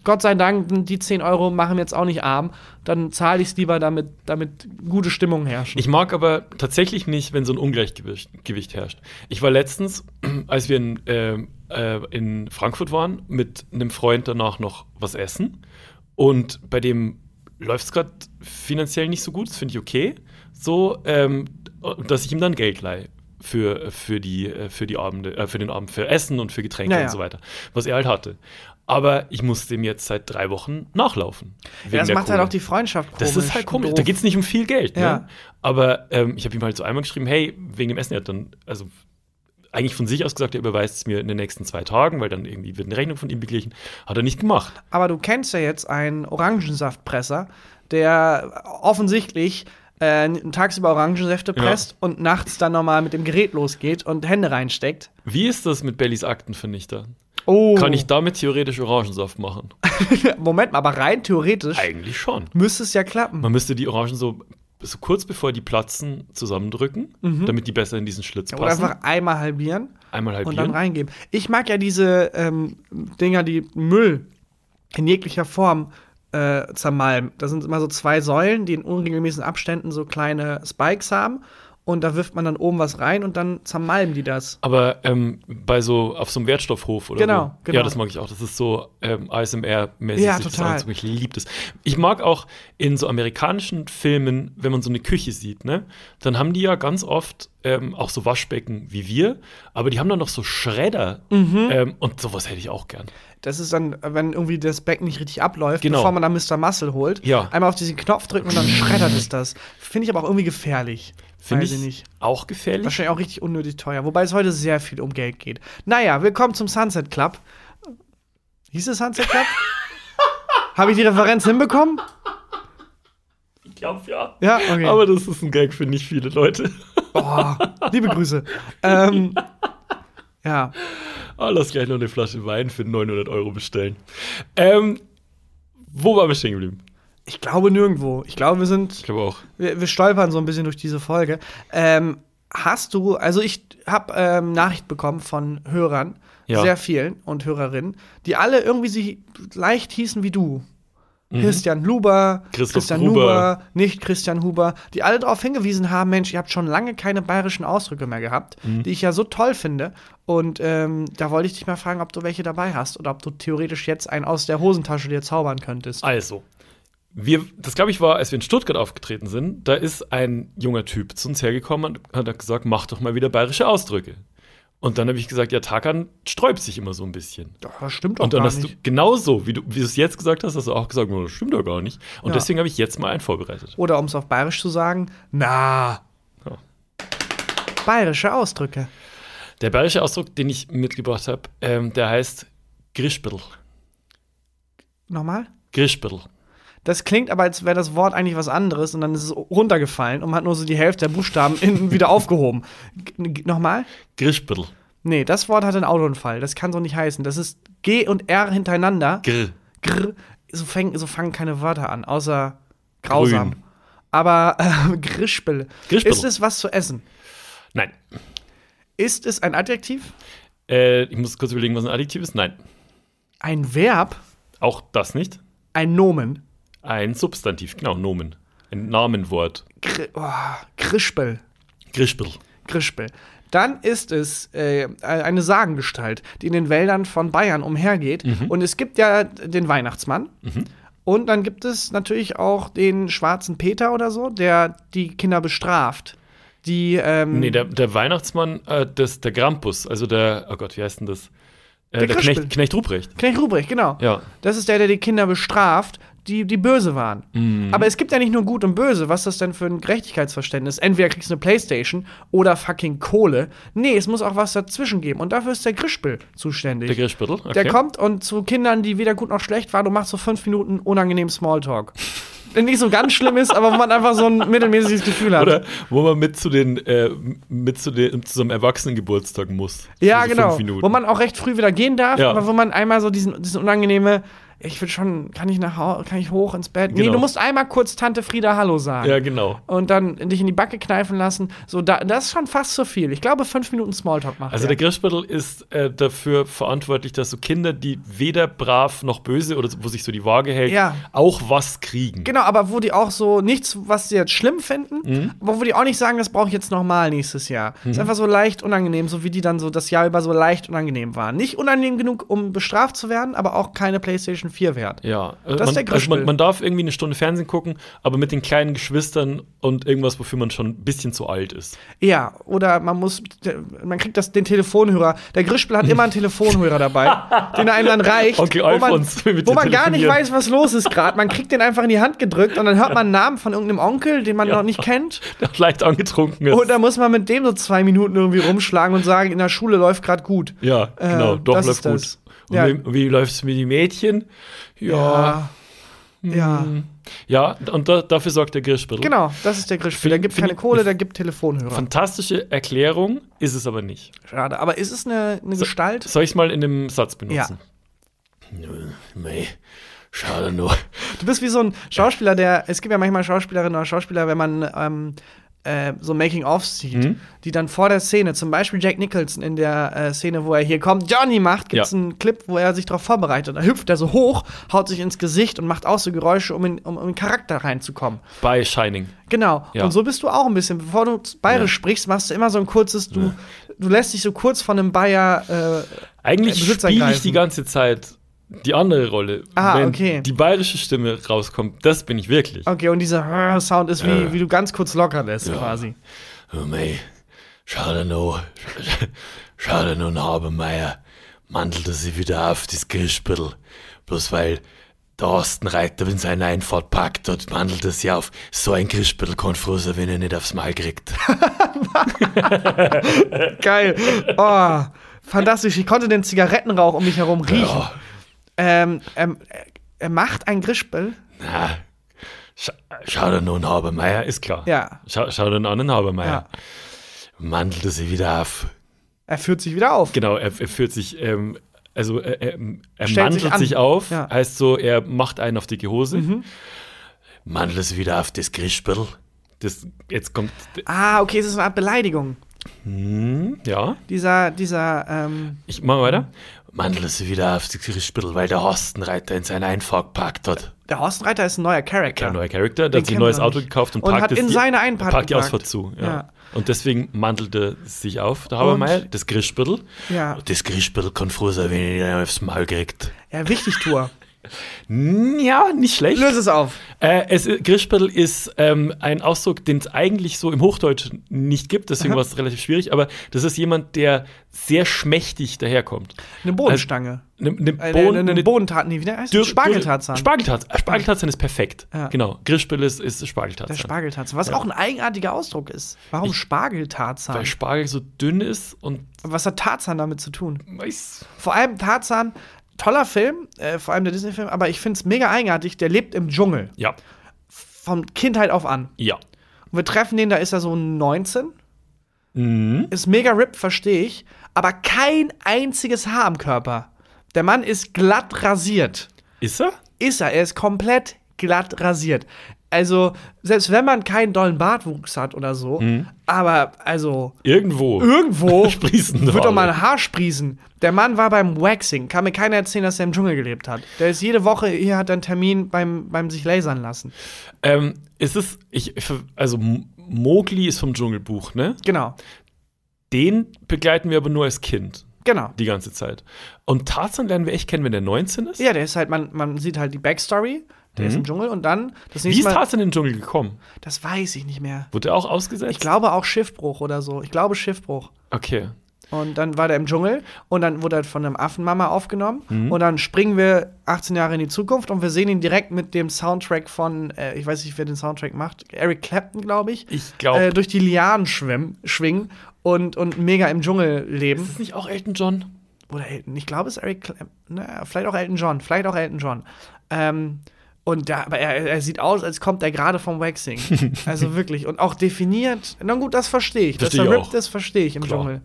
S2: Gott sei Dank, die 10 Euro machen wir jetzt auch nicht arm. Dann zahle ich es lieber, damit, damit gute Stimmung herrscht.
S3: Ich mag aber tatsächlich nicht, wenn so ein Ungleichgewicht Gewicht herrscht. Ich war letztens, als wir in, ähm, äh, in Frankfurt waren, mit einem Freund danach noch was essen. Und bei dem läuft es gerade finanziell nicht so gut, das finde ich okay. So, ähm, dass ich ihm dann Geld leihe für, für, die, äh, für, die Abende, äh, für den Abend, für Essen und für Getränke
S2: Naja.
S3: und so weiter, was er halt hatte. Aber ich muss dem jetzt seit drei Wochen nachlaufen.
S2: ja, das
S3: wegen
S2: macht
S3: der
S2: halt
S3: Kohle.
S2: auch die Freundschaft komisch.
S3: Das ist halt
S2: und
S3: komisch.
S2: doof.
S3: Da geht es nicht um viel Geld. Ne?
S2: Ja.
S3: Aber ähm, ich habe ihm halt so einmal geschrieben, hey, wegen dem Essen, er hat dann, also eigentlich von sich aus gesagt, er überweist es mir in den nächsten zwei Tagen, weil dann irgendwie wird eine Rechnung von ihm beglichen. Hat er nicht gemacht.
S2: Aber du kennst ja jetzt einen Orangensaftpresser, der offensichtlich äh, tagsüber Orangensäfte
S3: Ja.
S2: presst und nachts dann nochmal mit dem Gerät losgeht und Hände reinsteckt.
S3: Wie ist das mit Bellys Aktenvernichter?
S2: Oh,
S3: Kann ich damit theoretisch Orangensaft machen?
S2: Moment mal, aber rein theoretisch
S3: eigentlich schon.
S2: müsste es ja klappen.
S3: Man müsste die Orangen so, so kurz bevor die platzen zusammendrücken, damit die besser in diesen Schlitz
S2: Mhm. Oder
S3: passen.
S2: einfach einmal halbieren
S3: Einmal
S2: und dann
S3: halbieren.
S2: reingeben. Ich mag ja diese ähm, Dinger, die Müll in jeglicher Form äh, zermalmen. Da sind immer so zwei Säulen, die in unregelmäßigen Abständen so kleine Spikes haben. Und da wirft man dann oben was rein und dann zermalmen die das.
S3: Aber ähm, bei so auf so einem Wertstoffhof oder
S2: Genau,
S3: so.
S2: genau.
S3: Ja, das mag ich auch. Das ist so ähm, ASMR-mäßig.
S2: Ja,
S3: sich das
S2: total.
S3: anzugucken. Ich liebe das. Ich mag auch in so amerikanischen Filmen, wenn man so eine Küche sieht, ne, dann haben die ja ganz oft ähm, auch so Waschbecken wie wir, aber die haben dann noch so Schredder.
S2: Mhm.
S3: Ähm, und sowas hätte ich auch gern.
S2: Das ist dann, wenn irgendwie das Becken nicht richtig abläuft,
S3: Genau.
S2: bevor man dann Mr. Muscle holt.
S3: Ja.
S2: Einmal auf diesen Knopf drücken und dann schreddert es das. Finde ich aber auch irgendwie gefährlich.
S3: Finde
S2: Weiß
S3: ich auch gefährlich.
S2: Wahrscheinlich auch richtig unnötig teuer. Wobei es heute sehr viel um Geld geht. Naja, willkommen zum Sunset Club. Hieß es Sunset Club? Habe ich die Referenz hinbekommen?
S3: Ich glaube ja.
S2: Ja, okay.
S3: Aber das ist ein Gag für nicht viele Leute.
S2: oh, liebe Grüße. ähm, ja.
S3: Ah, lass gleich noch eine Flasche Wein für 900 Euro bestellen. Ähm, wo waren wir stehen geblieben?
S2: Ich glaube nirgendwo. Ich glaube, wir sind
S3: Ich glaube auch.
S2: wir, wir stolpern so ein bisschen durch diese Folge. Ähm, hast du, also ich habe ähm, Nachricht bekommen von Hörern,
S3: Ja.
S2: sehr vielen und Hörerinnen, die alle irgendwie sie leicht hießen wie du. Christian Luber,
S3: Mhm. Christoph
S2: Christian
S3: Gruber.
S2: Luber, nicht Christian Huber, die alle darauf hingewiesen haben, Mensch, ihr habt schon lange keine bayerischen Ausdrücke mehr gehabt,
S3: Mhm.
S2: die ich ja so toll finde. Und ähm, da wollte ich dich mal fragen, ob du welche dabei hast oder ob du theoretisch jetzt einen aus der Hosentasche dir zaubern könntest.
S3: Also, wir, das glaube ich war, als wir in Stuttgart aufgetreten sind, da ist ein junger Typ zu uns hergekommen und hat gesagt, mach doch mal wieder bayerische Ausdrücke. Und dann habe ich gesagt, ja, Tarkan sträubt sich immer so ein bisschen.
S2: Das stimmt auch
S3: Und dann
S2: gar
S3: hast du
S2: nicht.
S3: genauso, wie du wie du es jetzt gesagt hast, hast du auch gesagt, "No, das stimmt doch gar nicht. Und
S2: Ja.
S3: deswegen habe ich jetzt mal einen vorbereitet.
S2: Oder um es auf Bayerisch zu sagen, na.
S3: Ja.
S2: Bayerische Ausdrücke.
S3: Der bayerische Ausdruck, den ich mitgebracht habe, ähm, der heißt Grischbittel.
S2: Nochmal?
S3: Grischbittel.
S2: Das klingt aber, als wäre das Wort eigentlich was anderes und dann ist es runtergefallen und man hat nur so die Hälfte der Buchstaben innen wieder aufgehoben. G- G nochmal?
S3: Grischbittel.
S2: Nee, das Wort hat einen Autounfall. Das kann so nicht heißen. Das ist G und R hintereinander.
S3: Gr.
S2: Grr. So, fäng, so fangen keine Wörter an, außer grausam.
S3: Grün.
S2: Aber äh, Grischbille.
S3: Grischbille.
S2: Ist es was zu essen?
S3: Nein.
S2: Ist es ein Adjektiv?
S3: Äh, ich muss kurz überlegen, was ein Adjektiv ist. Nein.
S2: Ein Verb?
S3: Auch das nicht.
S2: Ein Nomen?
S3: Ein Substantiv, genau, Nomen. Ein Namenwort.
S2: Gr oh, Grischbille.
S3: Grischbittel.
S2: Grischbel. Dann ist es äh, eine Sagengestalt, die in den Wäldern von Bayern umhergeht.
S3: Mhm.
S2: Und es gibt ja den Weihnachtsmann. Und dann gibt es natürlich auch den schwarzen Peter oder so, der die Kinder bestraft. Die, ähm,
S3: Nee, der, der Weihnachtsmann, äh, das, der Grampus, also der, oh Gott, wie heißt denn das? Äh,
S2: Der
S3: der
S2: Grischbittel.
S3: Knecht, Knecht Ruprecht.
S2: Knecht Ruprecht, genau.
S3: Ja.
S2: Das ist der, der die Kinder bestraft, die, die böse waren.
S3: Mhm.
S2: Aber es gibt ja nicht nur gut und böse. Was ist das denn für ein Gerechtigkeitsverständnis? Entweder kriegst du eine Playstation oder fucking Kohle. Nee, es muss auch was dazwischen geben. Und dafür ist der Grischbel zuständig.
S3: Der Grischbittel. Okay.
S2: Der kommt und zu Kindern, die weder gut noch schlecht waren, du machst so fünf Minuten unangenehm Smalltalk. Der nicht so ganz schlimm ist, aber wo man einfach so ein mittelmäßiges Gefühl hat.
S3: Oder wo man mit zu den, äh, mit zu den, zu so einem Erwachsenengeburtstag muss.
S2: ja,
S3: Also fünf
S2: genau.
S3: Minuten.
S2: Wo man auch recht früh wieder gehen darf,
S3: Ja.
S2: aber wo man einmal so diesen, diesen unangenehme, ich will schon, kann ich nach Hause, kann ich hoch ins Bett? Nee,
S3: Genau.
S2: du musst einmal kurz Tante Frieda Hallo sagen.
S3: ja, genau.
S2: Und dann dich in die Backe kneifen lassen. So, da, das ist schon fast zu viel. Ich glaube, fünf Minuten Smalltalk machen.
S3: Also der Grischbittel ist äh, dafür verantwortlich, dass so Kinder, die weder brav noch böse oder so- wo sich so die Waage hält,
S2: Ja.
S3: auch was kriegen.
S2: Genau, aber wo die auch so nichts, was sie jetzt schlimm finden,
S3: Mhm.
S2: aber wo die auch nicht sagen, das brauche ich jetzt nochmal nächstes Jahr. Ist einfach so leicht unangenehm, so wie die dann so das Jahr über so leicht unangenehm waren. Nicht unangenehm genug, um bestraft zu werden, aber auch keine PlayStation 4 wert.
S3: Ja,
S2: Das
S3: äh,
S2: ist
S3: man,
S2: der
S3: also
S2: Grischbittel.
S3: man, man darf irgendwie eine Stunde Fernsehen gucken, aber mit den kleinen Geschwistern und irgendwas, wofür man schon ein bisschen zu alt ist.
S2: Ja, oder man muss, man kriegt das, den Telefonhörer. Der Grischbel hat immer einen Telefonhörer dabei, den er einem dann reicht.
S3: Onkel
S2: wo man,
S3: Alfons will mit
S2: wo
S3: dir
S2: man gar nicht weiß,
S3: telefonieren.
S2: was los ist gerade. Man kriegt den einfach in die Hand gedrückt und dann hört man einen Namen von irgendeinem Onkel, den man noch nicht kennt.
S3: Der leicht angetrunken ist.
S2: Und da muss man mit dem so zwei Minuten irgendwie rumschlagen und sagen, in der Schule läuft gerade gut.
S3: ja,
S2: Äh,
S3: genau, doch
S2: das ist
S3: läuft
S2: das.
S3: gut. Und
S2: Ja.
S3: wie, wie läuft es mit den Mädchen? Ja. Hm.
S2: Ja. Ja,
S3: Ja, und da, dafür sorgt der Grischbittel.
S2: genau, das ist der Grischbill. Der gibt
S3: Find-
S2: keine Kohle, der gibt Telefonhörer.
S3: Fantastische Erklärung ist es aber nicht.
S2: Schade. Aber ist es eine, eine Gestalt?
S3: Soll ich es mal in einem Satz
S2: Ja.
S3: benutzen? Nö, nee. Schade nur.
S2: Du bist wie so ein Schauspieler, der. Es gibt ja manchmal Schauspielerinnen oder Schauspieler, wenn man ähm, äh, so Making-ofs sieht,
S3: Mhm.
S2: die dann vor der Szene, zum Beispiel Jack Nicholson in der äh, Szene, wo er hier kommt, Johnny macht, gibt es
S3: Ja.
S2: einen Clip, wo er sich darauf vorbereitet. Da hüpft er so hoch, haut sich ins Gesicht und macht auch so Geräusche, um in, um, um in den Charakter reinzukommen.
S3: Bei Shining.
S2: Genau.
S3: Ja.
S2: Und so bist du auch ein bisschen. Bevor du bayerisch sprichst, machst du immer so ein kurzes, du, du lässt dich so kurz von einem Bayer. Äh,
S3: Eigentlich
S2: Äh, Besitz
S3: spiele ich
S2: ergreifen.
S3: die ganze Zeit die andere Rolle.
S2: Ah,
S3: Wenn
S2: okay.
S3: die bayerische Stimme rauskommt, das bin ich wirklich.
S2: okay, und dieser Sound ist wie,
S3: Ja.
S2: wie du ganz kurz locker lässt, quasi.
S3: Oh mei, schade nur, schade nur Habermeier mantelte sie wieder auf das Grischbittel. Bloß weil der Ostenreiter in seine Einfahrt packt und mantelt er sie auf. So ein Grischbittel kann froh sein, wenn er nicht aufs Mal kriegt.
S2: Geil. Oh, fantastisch. Ich konnte den Zigarettenrauch um mich herum riechen.
S3: Ja,
S2: Ähm, ähm, er macht ein Grischbell.
S3: na, scha schade nur Habermeier, ist klar.
S2: Ja.
S3: Scha schade nur an den Habermeier.
S2: Ja.
S3: Mantelte sie wieder auf.
S2: Er führt sich wieder auf.
S3: Genau, er, er führt sich, ähm, also äh, ähm, er
S2: Stellt sich
S3: mantelt
S2: an.
S3: sich, auf,
S2: Ja. Mhm.
S3: heißt so, er macht einen auf dicke Hose. Mantelt es wieder auf das Grischbirl. Das, jetzt kommt,
S2: Ah, okay, es ist eine Art Beleidigung.
S3: hm, ja,
S2: Dieser, dieser, ähm,
S3: ich mache weiter. Mantelt es Mhm. wieder auf das Grischbirl, weil der Horstenreiter in seinen Einfahrt packt hat.
S2: der Horstenreiter ist ein neuer Charakter.
S3: Ein neuer Charakter, der
S2: Den
S3: hat sich ein
S2: kennt
S3: neues
S2: man
S3: Auto
S2: nicht.
S3: gekauft und,
S2: Und
S3: parkt
S2: hat
S3: es
S2: in
S3: die-
S2: seine Einfahrt
S3: parkt die
S2: geparkt.
S3: Ausfahrt zu. Ja.
S2: Ja.
S3: Und deswegen mantelte es sich auf, der Habermeier, das Grischbirl.
S2: Ja.
S3: Das Grischbirl kann froh sein, wenn er ihn aufs Maul kriegt.
S2: Ja, wichtig, Tour.
S3: N- Ja, nicht schlecht.
S2: Löse es auf.
S3: Äh, es, Grischbittel ist ähm, ein Ausdruck, den es eigentlich so im Hochdeutschen nicht gibt, deswegen war es relativ schwierig, aber das ist jemand, der sehr schmächtig daherkommt.
S2: Eine Bodenstange.
S3: Ne, ne
S2: Äh,
S3: Bohnen-
S2: eine, eine
S3: ne
S2: Bodentat, nee, wie der heißt?
S3: Dürre-
S2: Spargeltarzan.
S3: Dürre- Spargeltarzan. Spargeltarzan Äh, ist perfekt.
S2: Ja.
S3: Genau. Grischbittel ist, ist
S2: der
S3: Spargeltarzan.
S2: Spargeltarzan, was
S3: Ja.
S2: auch ein eigenartiger Ausdruck ist. Warum Spargeltarzan?
S3: Weil Spargel so dünn ist und
S2: Was hat Tarzan damit zu tun?
S3: weiß.
S2: Vor allem Tarzan, toller Film, äh, vor allem der Disney-Film, aber ich finde es mega eigenartig. Der lebt im Dschungel.
S3: Ja,
S2: Von Kindheit auf an.
S3: ja.
S2: Und wir treffen den, da ist er so 19.
S3: Mhm.
S2: Ist mega RIP, verstehe ich. Aber kein einziges Haar am Körper. Der Mann ist glatt rasiert.
S3: Ist er?
S2: Ist er. Er ist komplett glatt rasiert. Also, selbst wenn man keinen dollen Bartwuchs hat oder so, aber also
S3: Irgendwo.
S2: irgendwo
S3: Sprießen doch
S2: wird doch mal
S3: alle.
S2: ein Haar sprießen. Der Mann war beim Waxing. Kann mir keiner erzählen, dass er im Dschungel gelebt hat. Der ist jede Woche, hier hat er einen Termin beim, beim sich lasern lassen.
S3: Ähm, ist es, ich, also M- Mowgli ist vom Dschungelbuch, ne?
S2: Genau,
S3: Den begleiten wir aber nur als Kind
S2: genau.
S3: die ganze Zeit. Und Tarzan lernen wir echt kennen, wenn der 19 ist?
S2: Ja, der ist halt, man, man sieht halt die Backstory. Der ist im Dschungel und dann das
S3: Mhm. Wie
S2: nächste Mal.
S3: ist Tarzan in den Dschungel gekommen?
S2: Das weiß ich nicht mehr.
S3: Wurde er auch ausgesetzt?
S2: Ich glaube auch Schiffbruch oder so. Ich glaube Schiffbruch.
S3: Okay.
S2: Und dann war der im Dschungel und dann wurde er von einem Affenmama aufgenommen.
S3: Mhm.
S2: Und dann springen wir 18 Jahre in die Zukunft und wir sehen ihn direkt mit dem Soundtrack von, äh, ich weiß nicht, wer den Soundtrack macht, Eric Clapton, glaube ich.
S3: Ich glaub.
S2: Äh, durch die Lianen schwimmen, schwingen und, und mega im Dschungel leben.
S3: Ist das nicht auch Elton John?
S2: Oder Elton, ich glaube, es ist Eric Clapton. Naja, vielleicht auch Elton John, vielleicht auch Elton John. Ähm, und da, aber er, er sieht aus, als kommt er gerade vom Waxing. also wirklich. Und auch definiert. Na gut, das verstehe ich.
S3: Verstehe
S2: Dass
S3: ich
S2: er
S3: auch.
S2: rippt ist, verstehe ich im
S3: Klar.
S2: Dschungel.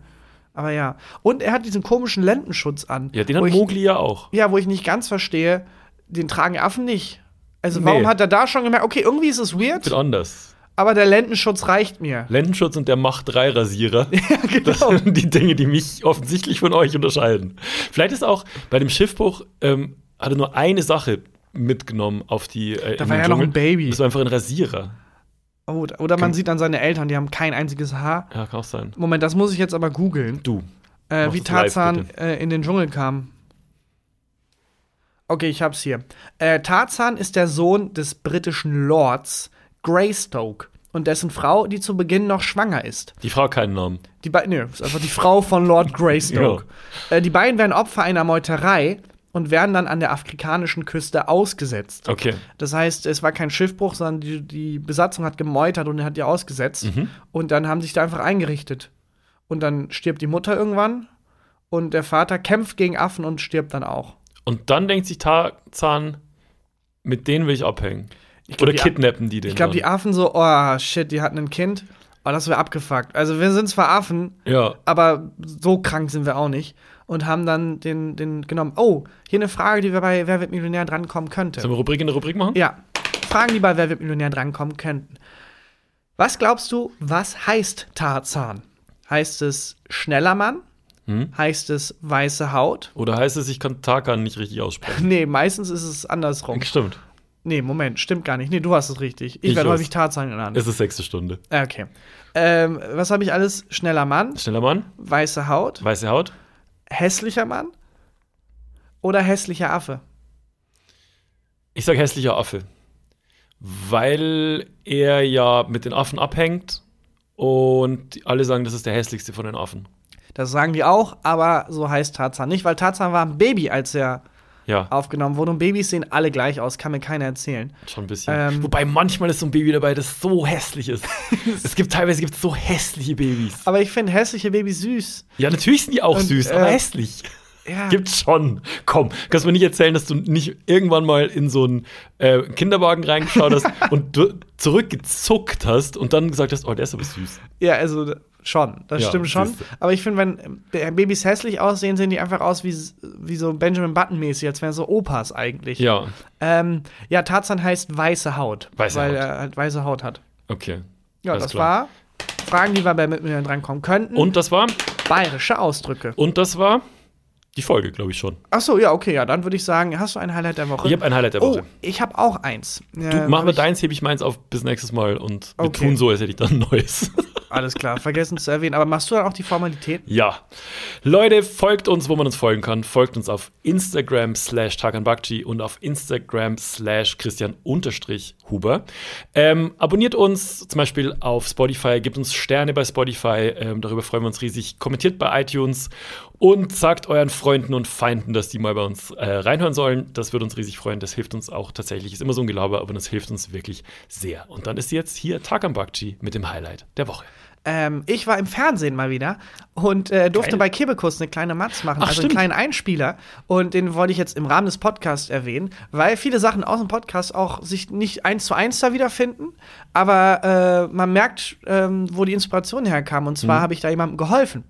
S2: Aber ja. Und er hat diesen komischen Lendenschutz an.
S3: Ja, den
S2: wo
S3: hat
S2: ich,
S3: Mowgli ja auch.
S2: Ja, wo ich nicht ganz verstehe, den tragen Affen nicht. Also
S3: Nee. Genau.
S2: warum hat er da schon gemerkt, okay, irgendwie ist es weird,
S3: Wird anders.
S2: aber der Lendenschutz reicht mir.
S3: Lendenschutz und der Macht 3 Rasierer. Ja,
S2: genau.
S3: Das sind die Dinge, die mich offensichtlich von euch unterscheiden. Vielleicht ist auch bei dem Schiffbruch ähm, hatte nur eine Sache mitgenommen auf die äh, in
S2: war
S3: den
S2: ja noch ein
S3: Dschungel.
S2: Baby.
S3: Das war einfach ein Rasierer.
S2: Oh, Oder
S3: Genau.
S2: man sieht an seine Eltern, die haben kein einziges Haar.
S3: Ja, kann auch sein.
S2: Moment, das muss ich jetzt aber googeln.
S3: Du.
S2: äh,
S3: Mach
S2: wie
S3: das live,
S2: Tarzan
S3: bitte.
S2: äh, in den Dschungel kam. Okay, ich hab's hier. Äh, Tarzan ist der Sohn des britischen Lords Greystoke und dessen Frau, die zu Beginn noch schwanger ist.
S3: Die Frau hat keinen Namen.
S2: Die beiden, nö, ist einfach die Frau von Lord Greystoke. Äh, die beiden werden Opfer einer Meuterei und werden dann an der afrikanischen Küste ausgesetzt.
S3: Okay.
S2: Das heißt, es war kein Schiffbruch, sondern die, die Besatzung hat gemeutert und hat die ausgesetzt. Und dann haben sich da einfach eingerichtet. Und dann stirbt die Mutter irgendwann und der Vater kämpft gegen Affen und stirbt dann auch.
S3: Und dann denkt sich Tarzan, mit denen will ich abhängen.
S2: Ich glaub,
S3: Oder
S2: die-
S3: kidnappen die den.
S2: Ich glaube, die
S3: dann.
S2: Affen so, oh shit, die hatten ein Kind. Oh, das wäre abgefuckt. Also wir sind zwar Affen,
S3: Ja.
S2: aber so krank sind wir auch nicht. Und haben dann den, den genommen. Oh, hier eine Frage, die wir bei Wer wird Millionär drankommen könnte.
S3: Sollen wir Rubrik in der Rubrik machen?
S2: Ja. Fragen, die bei Wer wird Millionär drankommen könnten. Was glaubst du, was heißt Tarzan? Heißt es schneller Mann? Heißt es weiße Haut?
S3: Oder heißt es, ich kann Tarkan nicht richtig aussprechen?
S2: Nee, meistens ist es andersrum.
S3: Stimmt.
S2: Nee, Moment, stimmt gar nicht. Nee, du hast es richtig. Ich,
S3: Ich
S2: werde
S3: weiß.
S2: häufig Tarzan genannt.
S3: Es ist sechste Stunde.
S2: Äh, Okay. Ähm, was habe ich alles? Schneller Mann,
S3: Schneller Mann,
S2: weiße Haut,
S3: weiße Haut.
S2: hässlicher Mann oder hässlicher Affe?
S3: Ich sag hässlicher Affe. Weil er ja mit den Affen abhängt und alle sagen, das ist der hässlichste von den Affen.
S2: Das sagen die auch, aber so heißt Tarzan nicht, weil Tarzan war ein Baby, als er
S3: Ja,
S2: aufgenommen wurde. Und Babys sehen alle gleich aus, kann mir keiner erzählen.
S3: schon ein bisschen.
S2: Ähm.
S3: Wobei manchmal ist so ein Baby dabei, das so hässlich ist. es gibt teilweise gibt's so hässliche Babys.
S2: Aber ich finde hässliche Babys süß.
S3: Ja, natürlich sind die auch
S2: Und,
S3: süß, aber
S2: äh,
S3: hässlich.
S2: Ja.
S3: Gibt's schon. Komm, kannst mir nicht erzählen, dass du nicht irgendwann mal in so einen äh, Kinderwagen reingeschaut hast und du zurückgezuckt hast und dann gesagt hast, oh, der ist aber süß.
S2: ja, also d- schon, das
S3: Ja,
S2: stimmt schon.
S3: siehste.
S2: Aber ich finde, wenn ähm, der- Babys hässlich aussehen, sehen die einfach aus wie, s- wie so Benjamin Button-mäßig, als wären so Opas eigentlich.
S3: Ja,
S2: ähm, ja Tarzan heißt weiße Haut,
S3: Weiße
S2: weil
S3: Haut.
S2: er halt weiße Haut hat. Hm.
S3: okay.
S2: Ja,
S3: Alles
S2: das
S3: klar.
S2: war Fragen, die wir bei Mitmündern drankommen könnten.
S3: Und das war
S2: Bayerische Ausdrücke.
S3: Und das war die Folge, glaube ich schon.
S2: Ach so, ja, okay, ja, dann würde ich sagen, hast du ein Highlight der Woche?
S3: Ich habe ein Highlight der Woche.
S2: Oh, ich habe auch eins.
S3: du,
S2: Ähm,
S3: mach
S2: hab
S3: mal
S2: ich-
S3: deins, hebe ich meins auf bis nächstes Mal und wir
S2: Okay.
S3: tun so, als hätte ich dann ein neues.
S2: Alles klar, vergessen zu erwähnen. Aber machst du dann auch die Formalitäten?
S3: Ja. Leute, folgt uns, wo man uns folgen kann. Folgt uns auf Instagram slash Takanbakchi und auf Instagram slash Christian unterstrich Huber. Ähm, abonniert uns zum Beispiel auf Spotify, gebt uns Sterne bei Spotify, ähm, darüber freuen wir uns riesig. Kommentiert bei iTunes und sagt euren Freunden und Feinden, dass die mal bei uns äh, reinhören sollen. Das würde uns riesig freuen. Das hilft uns auch tatsächlich. Ist immer so ein Glaube, aber das hilft uns wirklich sehr. Und dann ist jetzt hier Takanbakchi mit dem Highlight der Woche.
S2: Ähm, ich war im Fernsehen mal wieder und äh, durfte
S3: Geil.
S2: bei Kibekus eine kleine Matz machen,
S3: Ach,
S2: also
S3: stimmt.
S2: einen kleinen Einspieler. Und den wollte ich jetzt im Rahmen des Podcasts erwähnen, weil viele Sachen aus dem Podcast auch sich nicht eins zu eins da wiederfinden. Aber äh, man merkt, ähm, wo die Inspiration herkam. Und
S3: Mhm.
S2: zwar habe ich da jemandem geholfen.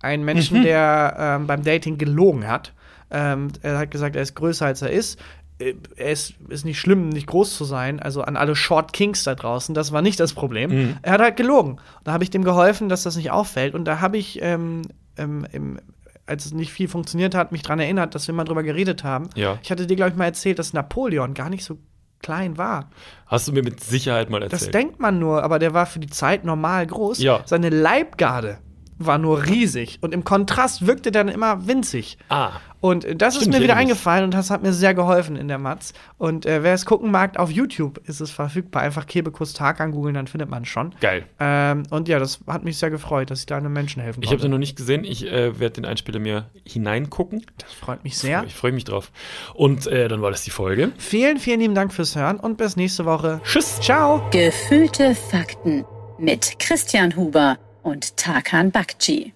S2: Einen Menschen, der ähm, beim Dating gelogen hat. Ähm, er hat gesagt, er ist größer als er ist. Äh, Es ist nicht schlimm, nicht groß zu sein. Also an alle Short Kings da draußen, das war nicht das Problem.
S3: Mhm.
S2: Er hat halt gelogen. Da habe ich dem geholfen, dass das nicht auffällt. Und da habe ich, ähm, ähm, im, als es nicht viel funktioniert hat, mich daran erinnert, dass wir mal drüber geredet haben.
S3: Ja.
S2: Ich hatte dir, glaube ich, mal erzählt, dass Napoleon gar nicht so klein war.
S3: Hast du mir mit Sicherheit mal
S2: Das
S3: erzählt.
S2: denkt man nur, aber der war für die Zeit normal groß.
S3: Ja.
S2: Seine Leibgarde war nur riesig und im Kontrast wirkte dann immer winzig.
S3: Ah.
S2: Und äh, das
S3: Stimmt,
S2: ist mir wieder
S3: ich erinnere mich.
S2: eingefallen und das hat mir sehr geholfen in der Matz. Und äh, wer es gucken mag, auf YouTube ist es verfügbar. Einfach Kebekus Tag angoogeln, dann findet man schon.
S3: Geil.
S2: Ähm, und ja, das hat mich sehr gefreut, dass ich da einem Menschen helfen
S3: Ich habe
S2: konnte.
S3: den noch nicht gesehen. Ich äh, werde den Einspieler mir hineingucken.
S2: das freut mich sehr.
S3: Ich freue mich drauf. Und äh, dann war das die Folge.
S2: Vielen, vielen lieben Dank fürs Hören und bis nächste Woche.
S3: Tschüss.
S2: Ciao.
S1: Gefühlte Fakten mit Christian Huber und Tarkan Bakci.